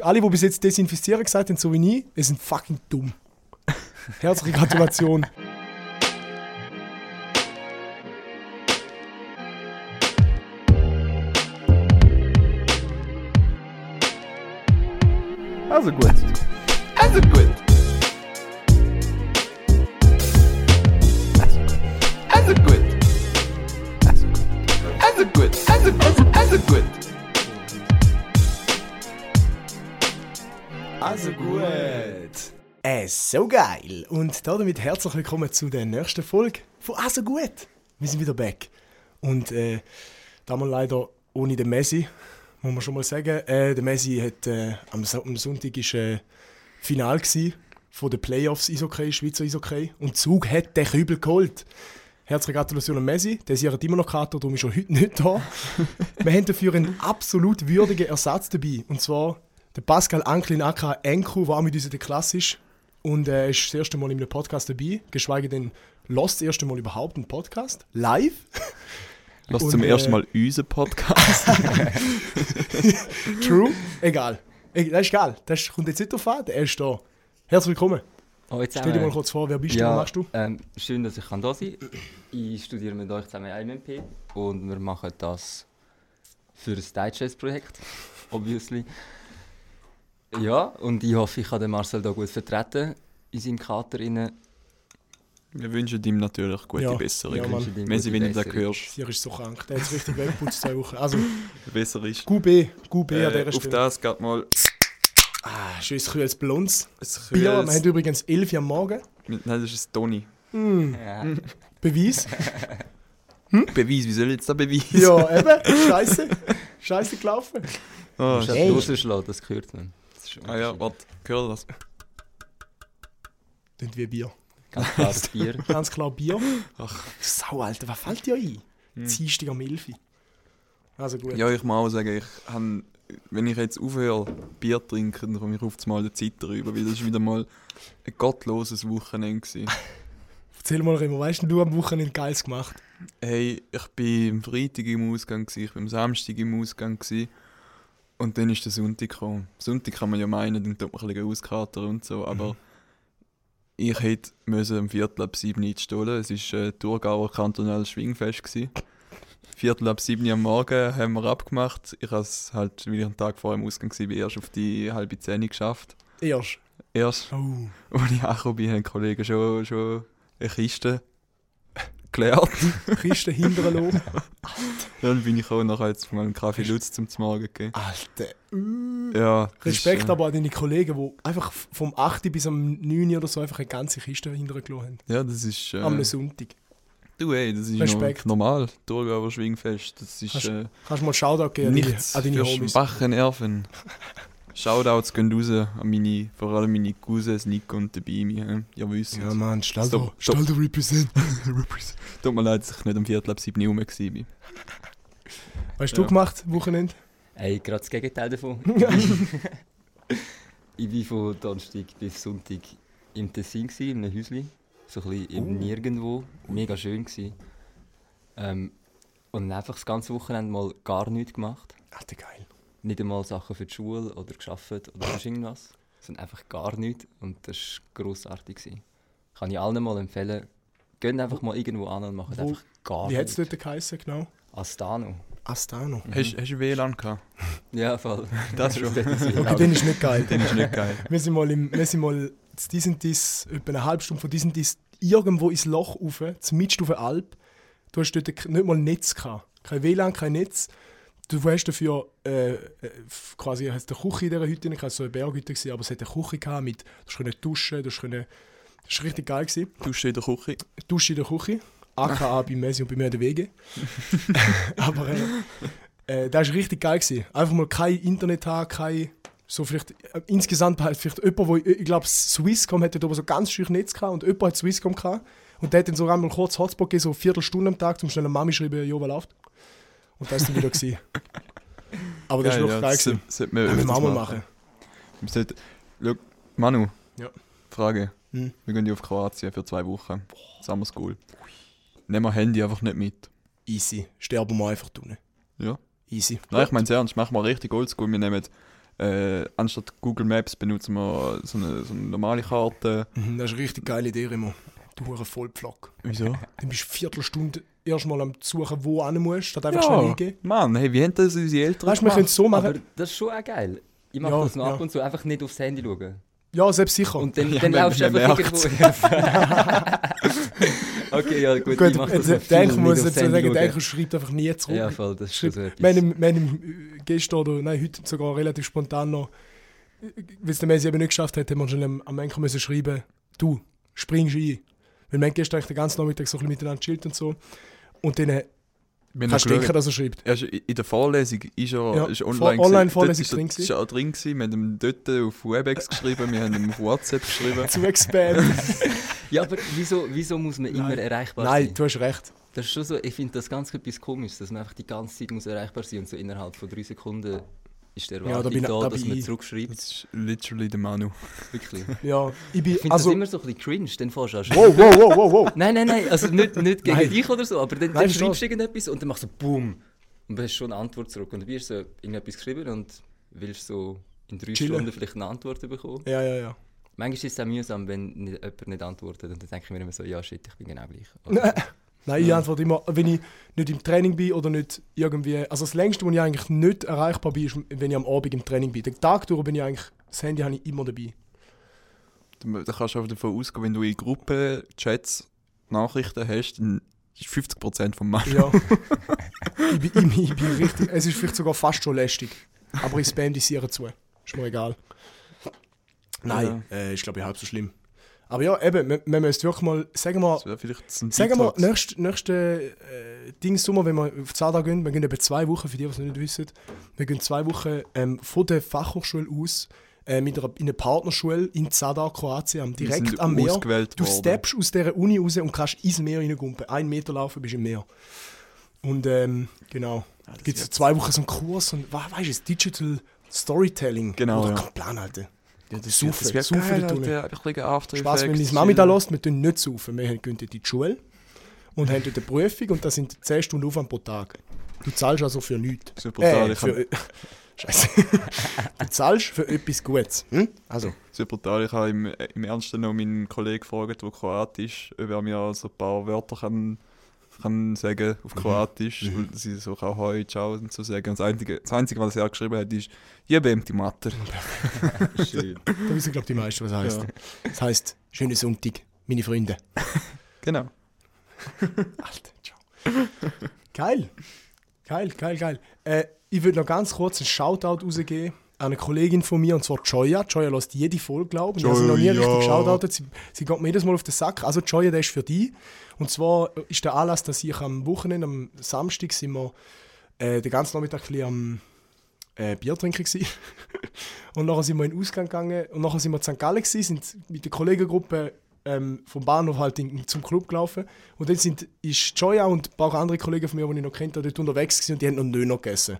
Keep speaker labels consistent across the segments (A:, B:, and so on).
A: alle, die bis jetzt desinfizieren gesagt haben, so wie ich, die sind fucking dumm. Herzliche Gratulation.
B: Also gut. Also gut. Also gut. Also gut. Also gut. Also gut. Also gut.
A: Äh, so geil. Und damit herzlich willkommen zu der nächsten Folge von Also gut. Wir sind wieder back. Und äh, damals leider ohne den Messi, muss man schon mal sagen. Äh, der Messi hat äh, am, Son- am Sonntag ist, äh, Final gsi von den Playoffs Isokay, Schweizer Isokay. Und Zug hat den Kübel geholt. Herzliche Gratulation an Messi. Der sichert immer noch Kater, darum ist er heute nicht da. Wir haben dafür einen absolut würdigen Ersatz dabei. Und zwar der Pascal Anklin aka Enku, war mit uns in der Klasse ist. Und er äh, ist das erste Mal in einem Podcast dabei. Geschweige denn, lost das erste Mal überhaupt einen Podcast. Live.
C: Lass
A: Und,
C: zum ersten
A: äh,
C: Mal unseren Podcast.
A: True. Egal. E- Das ist egal. Das kommt jetzt nicht drauf an. Der ist da. Herzlich willkommen.
D: Oh, jetzt
A: Stell dir mal kurz vor, wer bist du
D: ja,
A: was machst du?
D: Ähm, schön, dass ich kann da sein kann. Ich studiere mit euch zusammen MMP und wir machen das für ein Digest-Projekt, obviously. Ja, und ich hoffe, ich kann den Marcel da gut vertreten in seinem Kater. Rein.
C: Wir wünschen ihm natürlich gute
A: Ja,
C: Besserung.
A: ja, Mann.
C: Messi, wenn du das
D: Besserung.
C: hörst,
A: Sier ist so krank. Der hat es richtig weggeputzt zwei Wochen. Also,
C: besser ist.
A: QB. QB an
C: Äh,
A: dieser
C: auf
A: Stelle.
C: das geht mal
A: Ah, schönes kühles Blondes.
C: ein
A: Bier. Wir haben
C: kühles...
A: übrigens 11 Uhr am Morgen.
C: Nein, das ist ein Toni.
D: Ja.
A: Beweis.
C: Beweis, wie soll ich jetzt das beweisen?
A: ja, eben. Scheiße. Scheiße gelaufen.
C: Ah,
D: Du musst
A: Ey.
D: das rausschlagen, das gehört man. Das ist
C: ah ja, warte, hör das.
A: Klingt wie Bier.
D: Ganz klares Bier.
A: Ganz klar Bier. Sau, Alter. Was fällt dir ein? Hm. Dienstag am 11. Uhr. Also gut.
C: Ja, ich muss auch sagen, ich han, wenn ich jetzt aufhöre, Bier trinken, dann komme ich auf einmal der Zeit drüber, weil das war wieder mal ein gottloses Wochenende. Gewesen.
A: Erzähl mal, Remo, weißt du, du am Wochenende Geiles gemacht?
C: Hey, ich bin am Freitag im Ausgang, gewesen, ich bin am Samstag im Ausgang gewesen, und dann ist der Sonntag gekommen. Sonntag kann man ja meinen, dann tut man ein bisschen auskatern und so, aber ich hätte müssen am Viertel ab sieben nicht stollen. Es war äh, Thurgauer kantonales Schwingfest. Gewesen. Viertel ab sieben am Morgen haben wir abgemacht. Ich habe es halt, weil ich einen Tag vor dem Ausgang war, erst auf die halbe Zehn geschafft.
A: Erst.
C: Erst,
A: Oh.
C: als ich angekommen bin, haben die Kollegen schon, schon eine Kiste geleert.
A: Kiste hinterher lassen.
C: Dann bin ich auch nachher jetzt mal einen Kaffee Lutz zum Morgen gegeben.
A: Alter.
C: Ja, das
A: Ah, Respekt
C: ist, äh,
A: aber an deine Kollegen, die einfach f- vom 8. bis am 9. oder so einfach eine ganze Kiste hinterher gelassen haben.
C: Ja, das ist. Äh,
A: Am Sonntag.
C: du, ey, das ist
A: Respekt.
C: Respekt. normal. Thurgauer Schwingfest. Das ist
A: Hast-
C: äh,
A: Kannst du mal einen Shoutout geben an deine,
C: nichts
A: an deine
C: für
A: Homies?
C: schwachen Nerven. Shoutouts gehen raus an meine, vor allem meine Cousins Nico und der Bimi. hä? Ihr wisst es.
A: Mann, stell
C: Stopp, stopp.
A: stell dir represent.
C: Tut mir leid, dass ich nicht am Viertel ab sieben Uhr rum war.
A: Mhm. Was hast du
C: Ja.
A: gemacht, Wochenende?
D: Ey, gerade das Gegenteil davon. ich war von Donnerstag bis Sonntag im Tessin, gsi, in einem Häuschen. So ein bisschen im Nirgendwo. Mega schön. gsi. Ähm, und einfach das ganze Wochenende mal gar nichts gemacht.
A: Alter, geil.
D: Nicht einmal Sachen für die Schule oder geschafft oder sonst irgendwas. Sondern einfach gar nichts. Und das war grossartig. gsi. Kann ich allen mal empfehlen, geht einfach mal irgendwo an und macht
A: Wo-
D: einfach gar
A: Wie hat es
D: nichts.
A: dort geheißen, genau?
D: Astano.
A: Astano.
C: Hast, hast du WLAN gehabt?
D: Ja, voll.
C: Das schon.
D: hätte ich
A: Okay, den ist nicht geil.
C: Das ist nicht geil.
A: Wir sind mal, im, wir sind mal zu dies und dies, etwa eine halbe Stunde von dies und dies, irgendwo ins Loch rauf, zumindest auf eine Alp. Du hast dort nicht mal Netz gehabt. Kein WLAN, kein Netz. Du hast dafür äh, äh, f- quasi hast eine Küche in dieser Hütte, ich so eine Berghütte, gewesen, aber es hat eine Küche gehabt mit, du konntest duschen, du konntest... Das war richtig geil. Gewesen.
C: Dusche in der Küche.
A: Dusche in der Küche, aka bei Messi und bei mir in der WG. Aber äh, äh, das war richtig geil. Gewesen. Einfach mal kein Internet haben, kein. So vielleicht, äh, insgesamt halt vielleicht jemand, wo, ich- ich glaube, Swisscom hatte da so ganz schön Netz gehabt und jemand hat Swisscom gehabt. Und der hat dann so einmal kurz Hotspot gegeben, so eine Viertelstunde am Tag, zum schnell an Mami schreiben, jo, was läuft. Und das war dann wieder. Gewesen. Aber das war wirklich geil.
C: das
A: Gewesen.
C: sollte- sollte man
A: Das müssen wir
C: öfters
A: auch mal machen.
C: Wir sollten. Schau, Manu.
A: Ja.
C: Frage.
A: Hm.
C: Wir gehen ja auf Kroatien für zwei Wochen. Summer School. Nehmen wir Handy einfach nicht mit.
A: Easy. Sterben wir einfach tun.
C: Ja.
A: Easy.
C: Nein, ich meine ernst. Machen wir richtig oldschool. Wir nehmen Äh, anstatt Google Maps benutzen wir so eine, so eine normale Karte.
A: Mhm, Das ist eine richtig geile Idee, Remo. Du hure Vollpflock.
C: Wieso?
A: Dann bist du eine Viertelstunde erstmal am Suchen, wo du hin musst, statt einfach schnell
C: Ja,
A: eingehen.
C: Mann, hey, wie haben das unsere Eltern
A: Weißt du, wir können es so machen.
D: Aber das ist schon auch geil. Ich mache
A: Ja,
D: das noch ab
A: ja.
D: und zu, einfach nicht aufs Handy schauen.
A: ja, selbst sicher.
D: Und dann,
C: Ja,
D: dann
C: man-
D: laufst du
C: man
D: einfach
C: merkt's.
D: irgendwo. okay, ja, gut,
A: Gut,
D: ich mache das
A: jetzt,
D: noch
A: äh, Denker
D: viel,
A: muss
D: nicht
A: jetzt
D: aufs
A: sagen,
D: Handy
A: Denker
D: schauen.
A: schreibt einfach nie zurück.
D: Ja, voll, das ist
A: Schreibt-
D: so etwas.
A: Wir haben, wir haben äh, gestern oder nein, heute sogar relativ spontan noch, äh, weil es der Messi eben nicht geschafft hat, haben wir schon am, am Anker müssen schreiben, du, springst ein. Weil wir haben gestern eigentlich den ganzen Nachmittag so ein bisschen miteinander chillt und so. Und dann äh,
C: Wir
A: kannst du denken,
C: denken,
A: dass er schreibt.
C: er ist in der Vorlesung ist er,
A: Ja,
C: ist
A: Vor-
C: online. gewesen.
A: Online-Vorlesung
C: Dort
A: drin
C: ist er- ist er auch drin gewesen. Wir haben ihm dort auf Webex geschrieben, wir haben ihm auf WhatsApp geschrieben.
A: Zu expand.
D: Ja, aber wieso, wieso muss man immer erreichbar
A: nein,
D: sein?
A: du hast recht.
D: Das ist schon so, ich finde das ganz etwas komisch, dass man einfach die ganze Zeit muss erreichbar sein und so innerhalb von drei Sekunden ist der
A: da
D: Erwartung
A: bin ich-
D: da,
A: da
D: dass
A: bin
D: man
A: ich.
D: zurückschreibt.
C: Das ist literally der Manu.
D: Wirklich.
A: Ja, ich bin
D: Ich finde
A: also.
D: das immer so ein bisschen cringe, dann fährst du an
A: Wow, wow, wow, wow, wow.
D: Nein, nein, nein, also nicht, nicht gegen
A: Nein.
D: dich oder so, aber dann,
A: Nein,
D: dann
A: verstehe.
D: schreibst du irgendetwas und dann machst du boom und du hast schon eine Antwort zurück und du hast so irgendetwas geschrieben und willst so in drei
A: Chillen.
D: Stunden vielleicht eine Antwort bekommen.
A: Ja, ja, ja.
D: Manchmal ist es auch mühsam, wenn nicht, jemand nicht antwortet und dann denke ich mir immer so, ja shit, ich bin genau gleich.
A: Nein, Nein, ich antworte immer, wenn ich nicht im Training bin oder nicht irgendwie. Also das längste, wo ich eigentlich nicht erreichbar bin, ist, wenn ich am Abend im Training bin. Den Tag durch bin ich eigentlich, das Handy habe ich immer dabei.
C: Da da kannst du einfach davon ausgehen, wenn du in Gruppen, Chats, Nachrichten hast, dann ist 50% vom Manu.
A: Ja. ich, bin, ich, bin- ich bin richtig. Es ist vielleicht sogar fast schon lästig. Aber ich spam die Sieren zu. Ist mir egal. Nein, äh, ist glaube ich halb so schlimm. Aber ja, eben, man, man müsste wirklich mal, sagen wir mal,
C: Das wäre vielleicht ein
A: Sagen wir,
C: Beitrag.
A: nächste, nächste äh, Ding Sommer, wenn wir auf Zadar gehen, wir gehen eben zwei Wochen, für die, die es nicht wissen, wir gehen zwei Wochen ähm, von der Fachhochschule aus äh, mit einer, in einer Partnerschule in Zadar, Kroatien,
C: Wir
A: direkt
C: sind
A: am Meer.
C: ausgewählt
A: Du
C: worden.
A: steppst aus dieser Uni raus und kannst ins Meer reingumpen. Einen Meter laufen, bist im Meer. Und ähm, genau, gibt es
C: wird's.
A: zwei Wochen so einen Kurs und was weißt du, das Digital Storytelling.
C: Genau,
A: Oder
C: ja.
A: kein Plan, Alter.
C: Ja, das
A: Saufen,
C: das wär
A: saufen
C: geil,
A: tun wir.
C: Alter. Einfach ein bisschen After
A: Spaß, wenn
C: Effects,
A: meine Mami da
C: chillen.
A: lässt, wir tun nicht saufen. Wir gehen dort in die Schule und haben dort eine Prüfung und das sind 10 Stunden Aufwand pro Tag. Du zahlst also für nichts.
C: Das ist ja brutal, ich
A: für, Scheiße. du zahlst für etwas Gutes. Hm? Also,
C: Das ist brutal. Ich habe im, im Ernsten noch meinen Kollegen gefragt, der Kroatisch ist, ob er mir so ein paar Wörter kann, kann sagen auf
A: Mhm.
C: Kroatisch, weil sie so auch «Hoi», «Ciao» und so sagen. Und das Einzige, das Einzige, was er geschrieben hat, ist «Jebem die Mater».
D: Schön.
A: da wissen, glaube ich, die meisten, was heisst. Das heisst, schönen Sonntag, meine Freunde.
C: Genau.
A: Alter, ciao. Geil. Geil, geil, geil. Äh, ich würde noch ganz kurz einen Shoutout rausgeben an eine Kollegin von mir, und zwar Joya. Joya lässt jede Folge, glaube ich. Ich habe sie noch nie
C: Joya.
A: richtig shoutoutet. Sie, sie geht mir jedes Mal auf den Sack. Also Joya, der ist für dich. Und zwar ist der Anlass, dass ich am Wochenende, am Samstag, sind wir äh, den ganzen Nachmittag ein bisschen am äh, Bier trinken gsi. und nachher sind wir in den Ausgang gegangen und nachher sind wir in St. Gallen gsi, sind mit der Kollegengruppe ähm, vom Bahnhof halt in, zum Club gelaufen und dann sind, ist Joya und ein paar andere Kollegen von mir, die ich noch kennt, dort unterwegs gewesen und die haben noch einen Döner gegessen.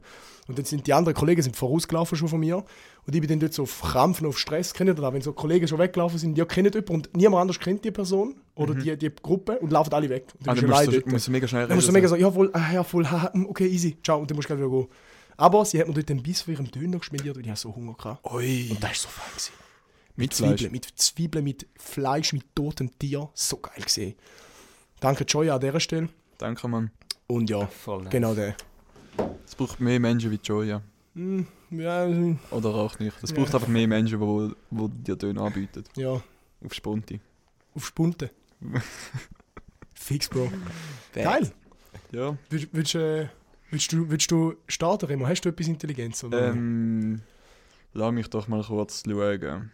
A: Und dann sind die anderen Kollegen sind vorausgelaufen schon von mir und ich bin dann dort so auf Krampf und auf Stress, kennt ihr das, wenn so Kollegen schon weggelaufen sind, die kennen jemanden und niemand anders kennt die Person oder die, die Gruppe und laufen alle weg. Und
C: Mhm. Ah,
A: bist
C: dann
A: du allein dort.
C: musst du, musst du mega schnell
A: Dann musst du mega sagen, ja voll, ah, ja voll, haha, mm, okay, easy, ciao, und dann musst du gleich wieder gehen. Aber sie hat mir dort den Biss von ihrem Döner gespendiert und ich hatte so Hunger. Gehabt.
C: Ui,
A: Und das war so fein. Gewesen.
C: Oh, mit
A: Zwiebeln, mit Zwiebeln, mit Fleisch, mit totem Tier, so geil gesehen. Danke Joya an dieser Stelle.
C: Danke, Mann.
A: Und ja,
D: Voll nice.
A: genau der.
C: Es braucht mehr Menschen wie Joya.
A: Ja, äh,
C: Oder auch nicht. Es braucht einfach mehr Menschen, die wo, wo dir Töne anbieten.
A: ja,
C: Auf Sponti.
A: auf Spunte. Fix, Bro. Geil.
C: Ja.
A: Willst, willst, äh, willst, du, willst du starten, Remo? Hast du etwas Intelligenz? Oder?
C: Ähm, lass mich doch mal kurz schauen.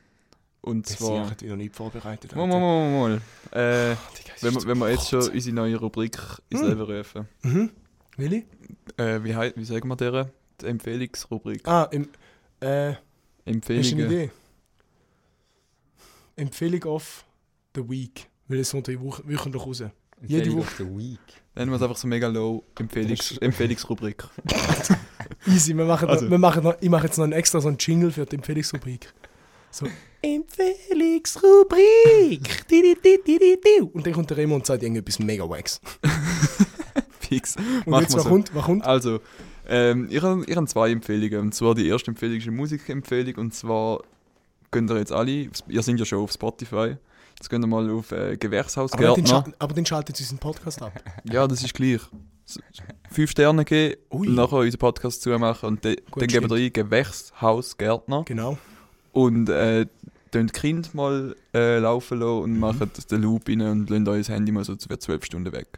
C: Und
A: Jetzt war... Ich
C: zwar...
A: habe dich noch nicht vorbereitet.
C: Mal, mal, mal, mal, mal. Äh,
A: Alter. Digga, es
C: wenn,
A: ist
C: wir-
A: zu
C: wenn wir jetzt schon
A: kurz.
C: unsere neue Rubrik ins
A: Hm.
C: Leben rufen.
A: Willi?
C: Äh, wie, hei- wie sagen wir deren? Die Empfehlungsrubrik.
A: Ah, im... Äh, Hast du eine
C: Empfehlungen.
A: Idee? Empfehlung of the Week. Weil es kommt die Woche, wöchentlich raus. Jede
D: Empfehlung of the Week.
C: Nennen wir es einfach so mega low. Empfehlungs
D: Das-
C: Empfehlungsrubrik.
A: Easy, wir machen,
C: Also.
A: noch, wir machen noch, ich mache jetzt noch einen extra so einen Jingle für die Empfehlungsrubrik. So, Empfehlungsrubrik! Di, di, di, di, di, di. Und dann kommt der Remo und sagt irgendetwas mega wags.
C: Fix.
A: Und
C: Machen
A: jetzt,
C: wir
A: was
C: so.
A: kommt? Was kommt?
C: Also, Ähm, ich habe ich hab zwei Empfehlungen. Und zwar die erste Empfehlung ist eine Musikempfehlung. Und zwar könnt ihr jetzt alle, ihr seid ja schon auf Spotify, jetzt könnt ihr mal auf äh,
A: Aber dann,
C: Gewächshausgärtner.
A: scha- aber dann schaltet unseren Podcast ab.
C: Ja, das ist gleich. S- Fünf Sterne geben
A: Ui.
C: und nachher unseren Podcast zumachen. Und de,
A: Gut,
C: dann geben
A: stimmt.
C: ihr ein Gewächshausgärtner.
A: Genau.
C: Und äh, dann die Kinder mal äh, laufen lassen
A: Mhm.
C: und machen den Loop rein und lassen euer Handy mal so für zwölf Stunden weg.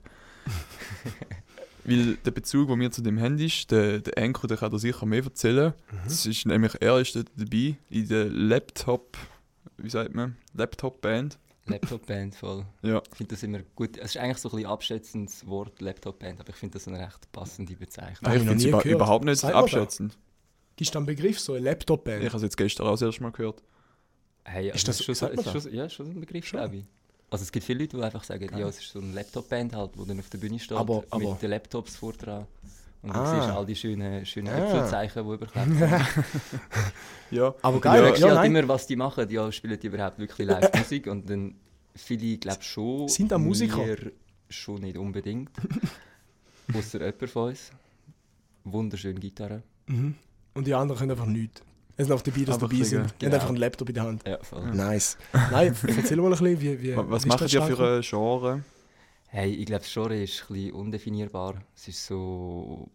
C: Weil der Bezug, den wir zu dem Handy ist, der, der Enko, der kann da sicher mehr erzählen.
A: Mhm.
C: Das ist nämlich, er ist dort dabei in der Laptop, wie sagt man, Laptop-Band.
D: Laptop-Band voll.
C: Ja.
D: Ich finde das immer gut. Es ist eigentlich so ein bisschen abschätzendes Wort, Laptop-Band, aber ich finde das eine recht passende Bezeichnung.
A: Hab
C: ich
A: ich noch
C: finde es
A: nie
C: über,
A: gehört.
C: überhaupt nicht
A: Sag mal da.
C: abschätzend.
A: Gibst du einen Begriff, so eine Laptop-Band?
C: Ich habe es jetzt gestern auch das erste Mal gehört.
D: Hey,
A: Ist
D: also
A: das-
D: ist schon, so,
A: sagt man
D: ist schon, so- ja, ist schon so ein Begriff,
A: Schon.
D: glaube ich. Also es gibt viele Leute, die einfach sagen, ja, es ist so eine Laptop-Band halt, wo dann auf der Bühne steht,
A: Aber- aber-
D: mit den Laptops vordran. Und
A: Ah.
D: dann siehst du all die schönen, schönen
A: Ah.
D: Äpfelzeichen, die überklebt sind.
C: Ja.
A: aber
D: Du
A: geil,
D: fragst
A: ja,
D: dich halt
A: nein.
D: immer, was die machen. Ja, spielen die überhaupt wirklich live Musik? Und dann viele, glaube ich, schon.
A: Sind da Musiker?
D: Wir schon nicht unbedingt. Außer jemand von uns. Wunderschöne Gitarre.
A: Mhm. Und die anderen können einfach nichts. Es sind einfach dabei, dass sie
C: Einfach
A: dabei sind.
C: liegen.
A: Die haben
D: Genau.
A: einfach einen Laptop in der Hand.
D: Ja, voll.
A: Nice. Nein, erzähl mal ein bisschen, wie, wie
C: Was
A: wie ist
C: macht
A: das ne?
C: ihr
A: entstanden?
C: für ein Genre?
D: Hey, ich glaube, Genre ist ein bisschen undefinierbar. Es ist so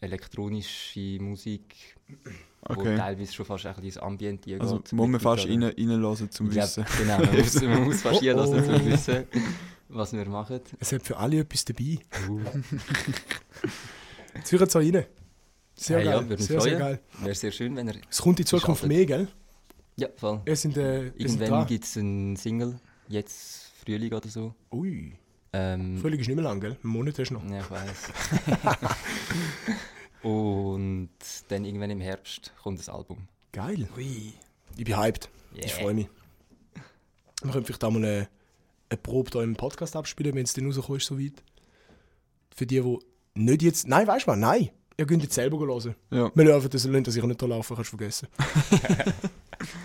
D: elektronische Musik, die
C: Okay.
D: teilweise schon fast ein bisschen ins Ambiente geht.
C: Also
D: mit
C: muss man fast
D: Gitarre.
C: rein, reinlassen zum
D: Ich glaub,
C: Wissen.
D: Genau, man muss, man muss fast hier lassen,
A: Oh, oh.
D: um wissen, was wir machen.
A: Es hat für alle etwas dabei. Jetzt hören sie auch rein. Sehr
D: Hey, ja,
A: geil.
D: würde mich
A: sehr, sehr
D: freuen.
A: geil.
D: Wäre sehr schön, wenn er.
A: Es kommt in Zukunft
D: Geschaltet.
A: mehr, gell?
D: Ja, voll.
A: Es sind, äh, wir sind
D: Irgendwann
A: dran.
D: gibt es einen Single, jetzt Frühling oder so.
A: Ui,
D: Ähm,
A: völlig ist nicht mehr lang, gell? Einen Monat hast du noch.
D: ja, ich weiß. Und dann irgendwann im Herbst kommt das Album.
A: Geil. Ui. Ich bin hyped. Ich
D: Yeah.
A: freue mich. Wir können vielleicht auch mal eine, eine Probe hier im Podcast abspielen, wenn es dann rauskommt, ist soweit. Für die, die nicht jetzt. Nein, weißt du was? Nein. Ihr könnt jetzt selber hören.
C: Ja,
A: Wir laufen das, lassen das ich nicht hier laufen, kannst du vergessen.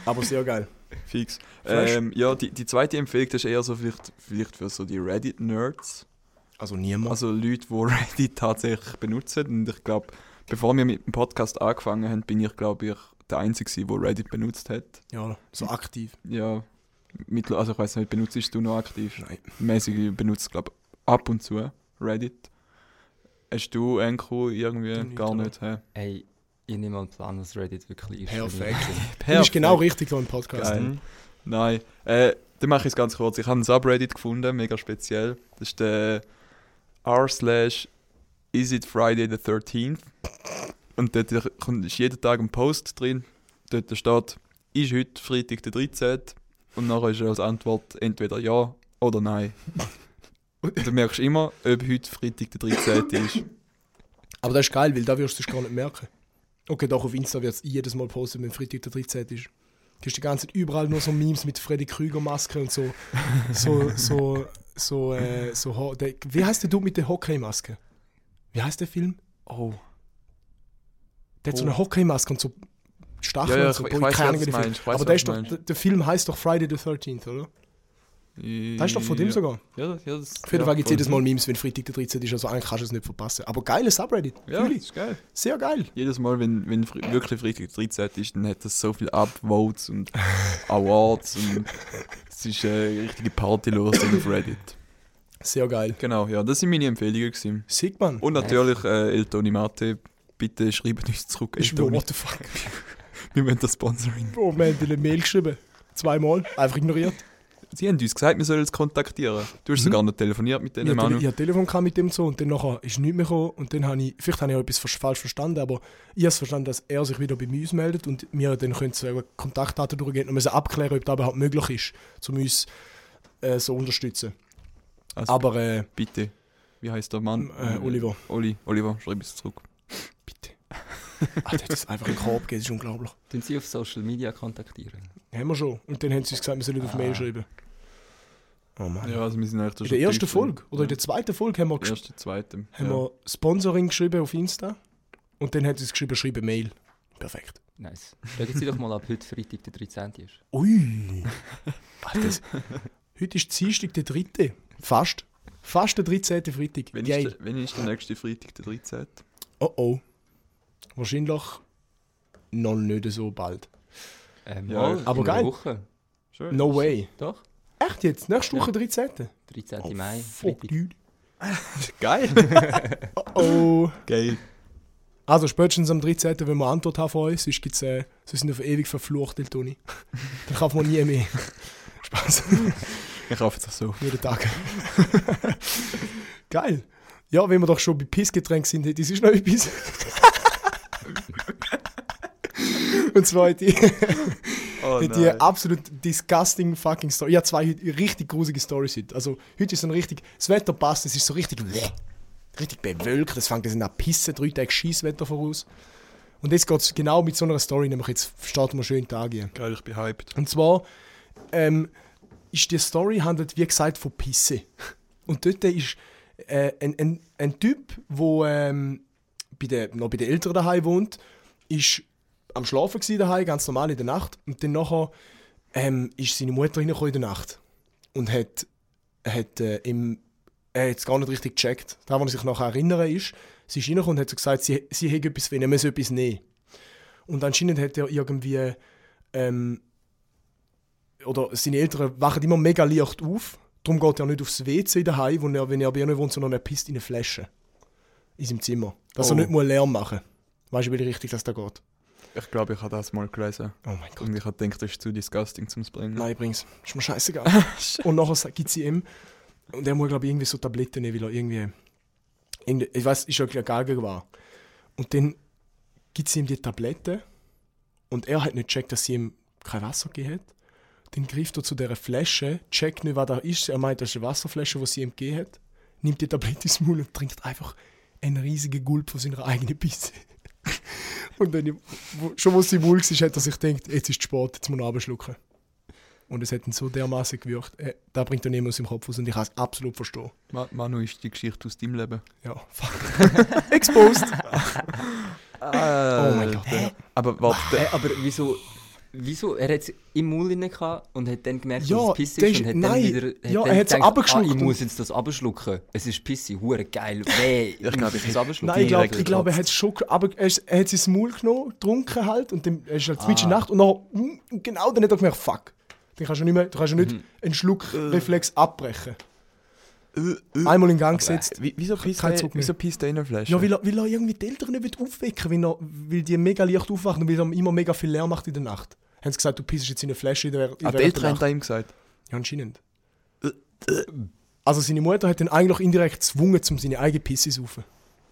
A: Aber sehr geil.
C: fix.
A: Flash.
C: Ähm, ja, die, die zweite Empfehlung das ist eher so vielleicht, vielleicht für so die Reddit-Nerds.
A: Also niemand.
C: Also Leute, die Reddit tatsächlich benutzen. Und ich glaube, bevor wir mit dem Podcast angefangen haben, bin ich, glaube ich, der Einzige, gewesen, der Reddit benutzt hat.
A: ja, so aktiv.
C: Ja, mittler- also ich weiß nicht, benutzt du noch aktiv?
A: Nein.
C: Mäßig benutzt, glaube ab und zu Reddit. Hast du Enko irgendwie
A: Nicht,
C: gar
A: oder?
C: nicht? Hä?
D: Hey, ich nehme mal einen Plan, was Reddit wirklich ist.
A: Perfekt. Du bist
C: Perfekt.
A: genau richtig hier im Podcast.
C: Geil. Nein. Äh, dann mache ich es ganz kurz. Ich habe ein Subreddit gefunden, mega speziell. Das ist der r slash is it Friday the 13th. Und dort kommt- ist jeden Tag ein Post drin. Dort steht, ist heute Freitag der 13. Und nachher ist als Antwort entweder ja oder nein. Und du merkst immer, ob heute Freitag der 13. ist.
A: Aber das ist geil, weil da wirst du es gar nicht merken. Okay, doch auf Insta wird es jedes Mal posten, wenn Freitag der 13. ist. Du hast die ganze Zeit überall nur so Memes mit Freddy Krüger Maske und so. So, so, so, äh, so. Ho- der, wie heißt der Dude mit der Hockeymaske? Wie heißt der Film?
C: Oh.
A: Der hat so
C: Oh.
A: eine Hockeymaske und so Stacheln
C: Ja, ja,
A: und so.
C: ich- ich
A: Boah,
C: weiß,
A: keine
C: was
A: Ahnung,
C: du
A: wie der Film-
C: meinst. Ich weiß,
A: Aber
C: was
A: der, ist
C: du
A: doch,
C: meinst.
A: der, der Film heißt doch Friday the 13th, oder? Das ist doch von dem sogar.
C: Ja, das- ja, das,
A: Auf jeden
C: ja,
A: Fall gibt es
C: voll.
A: jedes Mal Memes, wenn Freitag der 13. ist. Also eigentlich kannst du es nicht verpassen. Aber geiles Subreddit.
C: Ja,
A: Fühl ich.
C: das ist geil.
A: Sehr geil.
C: Jedes Mal, wenn, wenn Fre- wirklich Freitag der 13. ist, dann hat das so viele Upvotes und Awards und es ist äh, eine richtige Party los auf Reddit.
A: Sehr geil.
C: Genau, ja, das sind meine Empfehlungen. Gewesen.
A: Sigman.
C: Und natürlich äh, El Toni Mate, bitte schreibt uns zurück. El
A: Ich schwöre,
C: Toni,
A: what the fuck.
C: wir wollen das Sponsoring.
A: Oh, wir haben dir eine Mail geschrieben. Zweimal. Einfach ignoriert.
C: Sie haben uns gesagt, wir sollen es kontaktieren. Du hast sogar noch Mhm. telefoniert mit denen,
A: Ich hatte,
C: Manu.
A: ich hatte Telefon gehabt mit dem so und dann nachher ist nichts mehr gekommen. Und dann habe ich, vielleicht habe ich auch etwas vers- falsch verstanden, aber ich habe es verstanden, dass er sich wieder bei uns meldet und wir dann können so Kontaktdaten durchgehen und müssen abklären, ob das überhaupt möglich ist, um uns äh, so unterstützen.
C: Also-
A: aber äh,
C: Bitte. Wie heißt der Mann?
A: äh, Oliver,
C: Oli, Oliver, schreib uns zurück.
A: bitte. Alter, das ist einfach ein Korb gegeben, das ist unglaublich.
D: Tun Sie auf Social Media kontaktieren.
A: Haben wir schon. Und dann haben sie uns gesagt, wir sollen auf
C: Ah.
A: Mail schreiben. Oh Mann.
C: Ja, also wir sind eigentlich da
A: In
C: schon
A: der ersten
C: tief
A: Folge
C: drin.
A: oder in der zweiten Folge haben wir
C: ja.
A: gesch-
C: erste, zweite.
A: haben
C: ja.
A: wir Sponsoring geschrieben auf Insta und dann hat sie es geschrieben, schreibe Mail. Perfekt.
D: Nice. Schauen Sie doch mal, ob heute Freitag der 13. ist.
A: Ui! Alter, das- heute ist Dienstag, der dritte. Fast. Fast der 13. Freitag.
C: Wann
A: Geil.
C: ist, der, wann ist der nächste Freitag, der 13.?
A: Oh oh. Wahrscheinlich noch nicht so bald.
D: Ähm,
C: Ja,
A: aber
D: mal, in einer
A: geil.
D: Woche.
C: Schön.
A: No way.
D: Doch,
A: Echt jetzt? Nächste Woche 13.
D: 13.
A: Oh,
D: Mai.
A: fuck,
D: Freitag.
A: dude.
C: Geil.
A: Oh, oh.
C: Geil.
A: Also spätestens am 13., wenn wir Antwort haben von uns, sonst, gibt's, äh, sonst sind wir auf ewig verflucht, El Toni. Dann kaufen wir nie mehr. Spaß.
C: Ich hoffe es auch so.
A: Jeden Tag. Geil. Ja, wenn wir doch schon bei Pissgetränk sind, hätte ich sonst noch etwas. Und zwar die,
C: Oh,
A: die absolut disgusting fucking Story. Ich habe zwei heute richtig grusige Stories heute. Also heute ist so ein richtig, das Wetter passt, es ist so richtig, richtig bewölkt, es fängt jetzt an zu pissen, drei Tage Scheisswetter voraus. Und jetzt geht es genau mit so einer Story, nämlich jetzt starten wir schön den Tag hier.
C: Geil, ich bin hyped.
A: Und zwar ähm, ist die Story handelt, wie gesagt, von Pisse. Und dort ist äh, ein, ein, ein Typ, der ähm, bei der, noch bei den Eltern daheim wohnt, ist am Schlafen gsi daheim, ganz normal in der Nacht. Und dann nachher ähm, ist seine Mutter reingekommen in der Nacht und hat, hat äh, im er hat es gar nicht richtig gecheckt. Daran, was ich nachher erinnere, ist, sie ist reingekommen und hat so gesagt, sie, sie hätte etwas wollen, er müsse etwas nehmen. Und anscheinend hat er irgendwie ähm, oder seine Eltern wachen immer mega leicht auf. Darum geht er nicht aufs WC daheim, wo er, wenn er bei ihnen wohnt, sondern er pisst in eine Flasche. In seinem Zimmer. Dass
C: Oh.
A: er nicht mal Lärm machen muss. Weißt du, wie richtig das da geht?
C: Ich glaube, ich habe das mal gelesen.
A: Oh mein Gott.
C: Und ich habe gedacht, das ist zu disgusting zum Springen.
A: Nein, übrigens. Ist mir scheißegal. und nachher gibt sie ihm. Und er muss, glaube ich, irgendwie so Tabletten nehmen, weil er irgendwie. irgendwie ich weiß, ist ja gleich Galgen war. Und dann gibt sie ihm die Tabletten. Und er hat nicht gecheckt, dass sie ihm kein Wasser gegeben hat. Dann greift er zu dieser Flasche, checkt nicht, was da ist. Er meint, das ist eine Wasserflasche, die sie ihm gegeben hat. Nimmt die Tablette ins Maul und trinkt einfach einen riesigen Gulp von seiner eigenen Pisse. und dann, wo- schon wo sie im Maul war, hat er sich gedacht, jetzt ist Sport, jetzt muss er abschlucken. Und es hat ihn so dermaßen gewirkt, äh, da bringt er niemand aus dem Kopf raus und ich kann es absolut verstehen.
C: Ma Manu ist die Geschichte aus deinem Leben.
A: Ja, fuck. Exposed!
C: Äh, oh
A: mein Gott. Hä?
C: Aber warte.
D: Hä, aber wieso, wieso? Er hat es im Mund drin gehabt und hat dann gemerkt,
A: Ja,
D: dass es Piss
A: das
D: ist
A: ist-
D: und hat
A: nein.
D: dann wieder... Hat
A: Ja,
D: dann
A: er hat's
D: gedacht,
A: abgeschluckt
D: Ah, ich
A: und-
D: muss jetzt das abschlucken. Es ist Pisse, hure geil, weh.
C: Ich glaub, ich Äh,
D: muss das
C: hätte-
D: abschlucken.
A: Nein, ich glaube,
C: Direkt
A: ich glaub, er hat es schon, ge- aber er, ist- er hat es ins Maul genommen, getrunken halt und dann er ist halt
C: Ah.
A: zwischen Nacht und dann, mm, genau, dann hat er gemerkt, fuck. Dann kannst du nicht mehr, dann kannst du
C: Mhm.
A: nicht einen Schluck Reflex abbrechen.
C: Äh, äh.
A: Einmal in Gang gesetzt.
C: Wie- Wieso pisst
A: Kein
C: er-
A: Zug mehr.
C: wieso pisst er in eine Flasche?
A: Ja, weil er, weil er irgendwie die Eltern nicht will aufwecken will, weil, er- weil die mega leicht aufwachen und weil er immer mega viel Lärm macht in der Nacht. Haben sie gesagt, du pissest jetzt in eine Flasche in der, in
C: ah, die
A: während der
C: Eltern haben
A: Nacht.
C: da ihm gesagt.
A: Ja, anscheinend. Äh, Also seine Mutter hat ihn eigentlich indirekt gezwungen, um seine eigene Pisse zu saufen.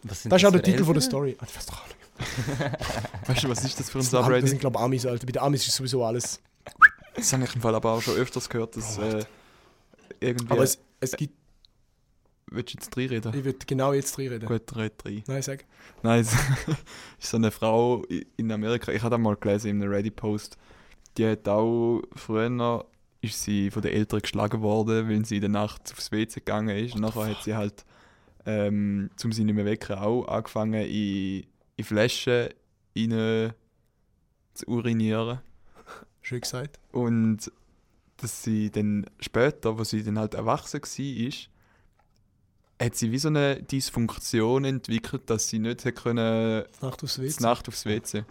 D: Was sind
A: Das ist auch
D: für
A: der Titel von der
D: Eltern?
A: Story. Ah, ich weiß doch auch nicht.
C: Weißt du, was ist das für ein
A: Das sind Am- das sind,
C: Subreddit?
A: glaube ich, Amis, Alter. Bei den Amis ist sowieso alles.
C: Das habe ich im Fall aber auch schon öfters gehört, dass äh, irgendwie.
A: Aber es, es gibt...
C: Willst du jetzt reinreden?
A: Ich würde genau jetzt reinreden. reden.
C: Gut, red rein.
A: Nein, sag.
C: Nein, es ist so eine Frau i- in Amerika. Ich habe das mal gelesen in einem Reddit-Post. Die hat auch früher noch- ist sie von den Eltern geschlagen worden, weil sie in der Nacht aufs WC gegangen ist. Und nachher hat sie halt, ähm, zum sie nicht mehr wecken, auch angefangen, in, in Flaschen rein zu urinieren.
A: Schön gesagt.
C: Und dass sie dann später, wo sie dann halt erwachsen war, ist, hat sie wie so eine Dysfunktion entwickelt, dass sie nicht hat können
A: Nacht aufs
C: die
A: WC.
C: Nacht aufs WC.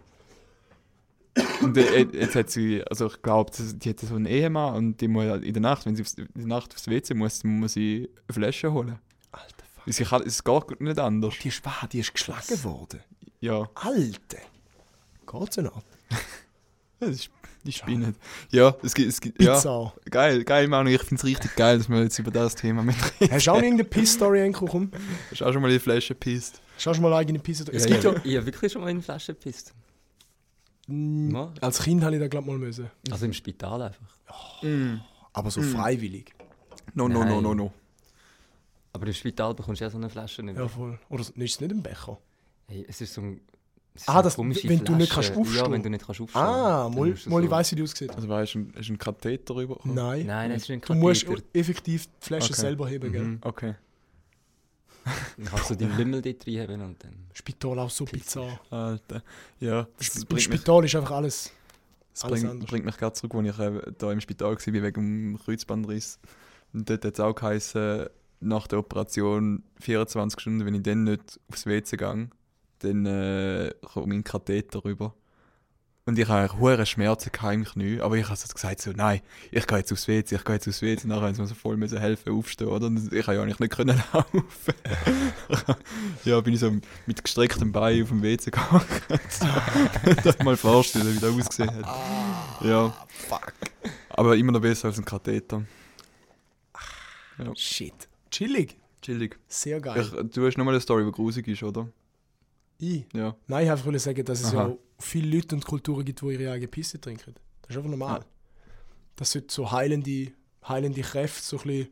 C: Und äh, äh, jetzt hat sie, also ich glaube, die hat so einen Ehemann und die muss halt in der Nacht, wenn sie aufs, in der Nacht aufs WC muss, muss sie eine Flasche holen.
A: Alter, fuck.
C: Weil Sie kann, es geht nicht anders.
A: Die ist, wahr, die ist geschlagen worden.
C: Ja,
A: Alter. Geht's denn ab?
C: das ist, die spinnet. Ja, es gibt, es gibt, ja.
A: Pizza.
C: Geil, geil, Manu, ich finde es richtig geil, dass wir jetzt über das Thema mitreden.
A: Hast du auch noch irgendeine Piss-Story angekommen?
C: Hast du auch schon mal in die Flasche gepisst?
A: Hast du auch schon mal eigene Pisse?
D: Ja,
A: Es gibt ja...
D: Ich, ich habe wirklich schon mal in Flaschen gepisst.
A: Mm,
D: Ja.
A: Als Kind habe ich da glaube mal müssen. Hm.
D: Also im Spital einfach.
A: Mm. Aber so freiwillig.
C: No, no, no,
D: Nein.
C: no, no.
D: Aber im Spital bekommst du ja so eine Flasche nicht mehr.
A: Ja, voll. Oder ist es nicht im Becher?
D: Hey, es ist so ein... es ist
A: Ah,
D: so eine
A: das-
D: komische
A: wenn du nicht
D: Flasche.
A: kannst aufstehen.
D: Ja, wenn du nicht kannst aufstehen.
A: Ah,
D: dann
A: mal,
D: musst du
A: mal
D: so-
A: ich weiss, wie die aussieht.
C: Also weißt du, hast du einen Katheter überkommen?
A: Nein.
D: Nein, es ist ein
A: Du musst
D: Katheter.
A: effektiv die Flasche
C: Okay.
A: selber heben, gell?
C: Mhm, Okay.
D: Dann kannst du deinen Lümmel dort reinheben und dann...
A: Spital auch so bizarr.
C: Alter. Ja, das, das
A: Im
C: bringt mich
A: Spital ist einfach alles.
C: Das
A: Alles
C: bringt,
A: anders.
C: bringt mich gerade zurück, als ich äh, da im Spital war wegen dem Kreuzbandriss. Und dort hat es auch geheißen, nach der Operation 24 Stunden, wenn ich dann nicht aufs WC gehe, dann äh, kommt mein Katheter rüber. Und ich habe hohe Schmerzen gehabt im Knie, aber ich habe so gesagt, so, nein, ich gehe jetzt aufs WC, ich gehe jetzt aufs WC. Nachher haben sie mir so voll müssen helfen aufstehen, oder? Und ich habe ja eigentlich nicht können laufen. ja, bin ich so mit gestrecktem Bein auf dem WC gegangen. das mal vorstellen, wie das ausgesehen hat. Ja.
A: Fuck.
C: Aber immer noch besser als ein Katheter.
A: Shit. Chillig.
C: Chillig.
A: Sehr geil.
C: Ich, du hast nochmal eine Story, die grusig ist, oder?
A: Ich.
C: Ja.
A: Nein, ich wollte einfach sagen, dass es
C: Aha.
A: ja viele Leute und Kulturen gibt, die ihre eigene Pisse trinken. Das ist einfach normal.
C: Ah.
A: Das sollte so heilende, heilende Kräfte, so ein bisschen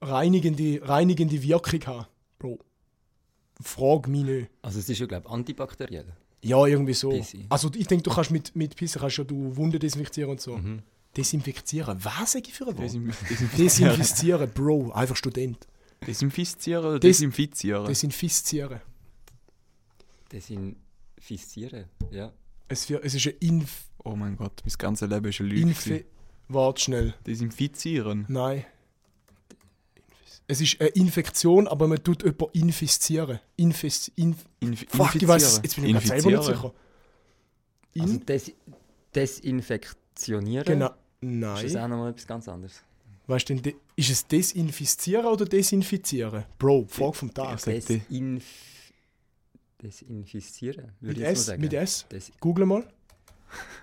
A: reinigende, reinigende Wirkung haben. Bro, frag mich nicht.
D: Also es ist ja, glaube ich, antibakteriell.
A: Ja, irgendwie so.
D: Pisse.
A: Also ich denke, du kannst mit, mit Pisse kannst ja du Wunden desinfizieren und so.
D: Mhm.
A: Desinfizieren? Was sage ich für ein Wort?
C: Desinfizieren.
A: Desinfizieren, Bro. Einfach Student.
C: Desinfizieren oder
A: Des-
C: desinfizieren?
A: Desinfizieren.
D: Desinfizieren, ja.
A: Es, für, es ist ein Inf...
C: Oh mein Gott, mein ganzes Leben ist ein Lüge.
A: Infi... Warte schnell.
C: Desinfizieren.
A: Nein. Es ist eine Infektion, aber man tut jemanden infizieren. Infis, inf
C: Inf
A: Fuck, ich weiß jetzt bin ich mir grad selber nicht
C: Infizieren.
A: sicher. In,
D: Also des desinfektionieren
A: genau.
D: Also, ist das
A: Nein.
D: auch nochmal etwas ganz anderes.
A: Weißt du, denn de- ist es desinfizieren oder desinfizieren? Bro, Frage vom Tag.
C: sag die.
D: Desinf desinfizieren,
A: Mit
D: würde ich jetzt mal
A: S,
D: sagen.
A: mit S.
D: Des
A: Google mal.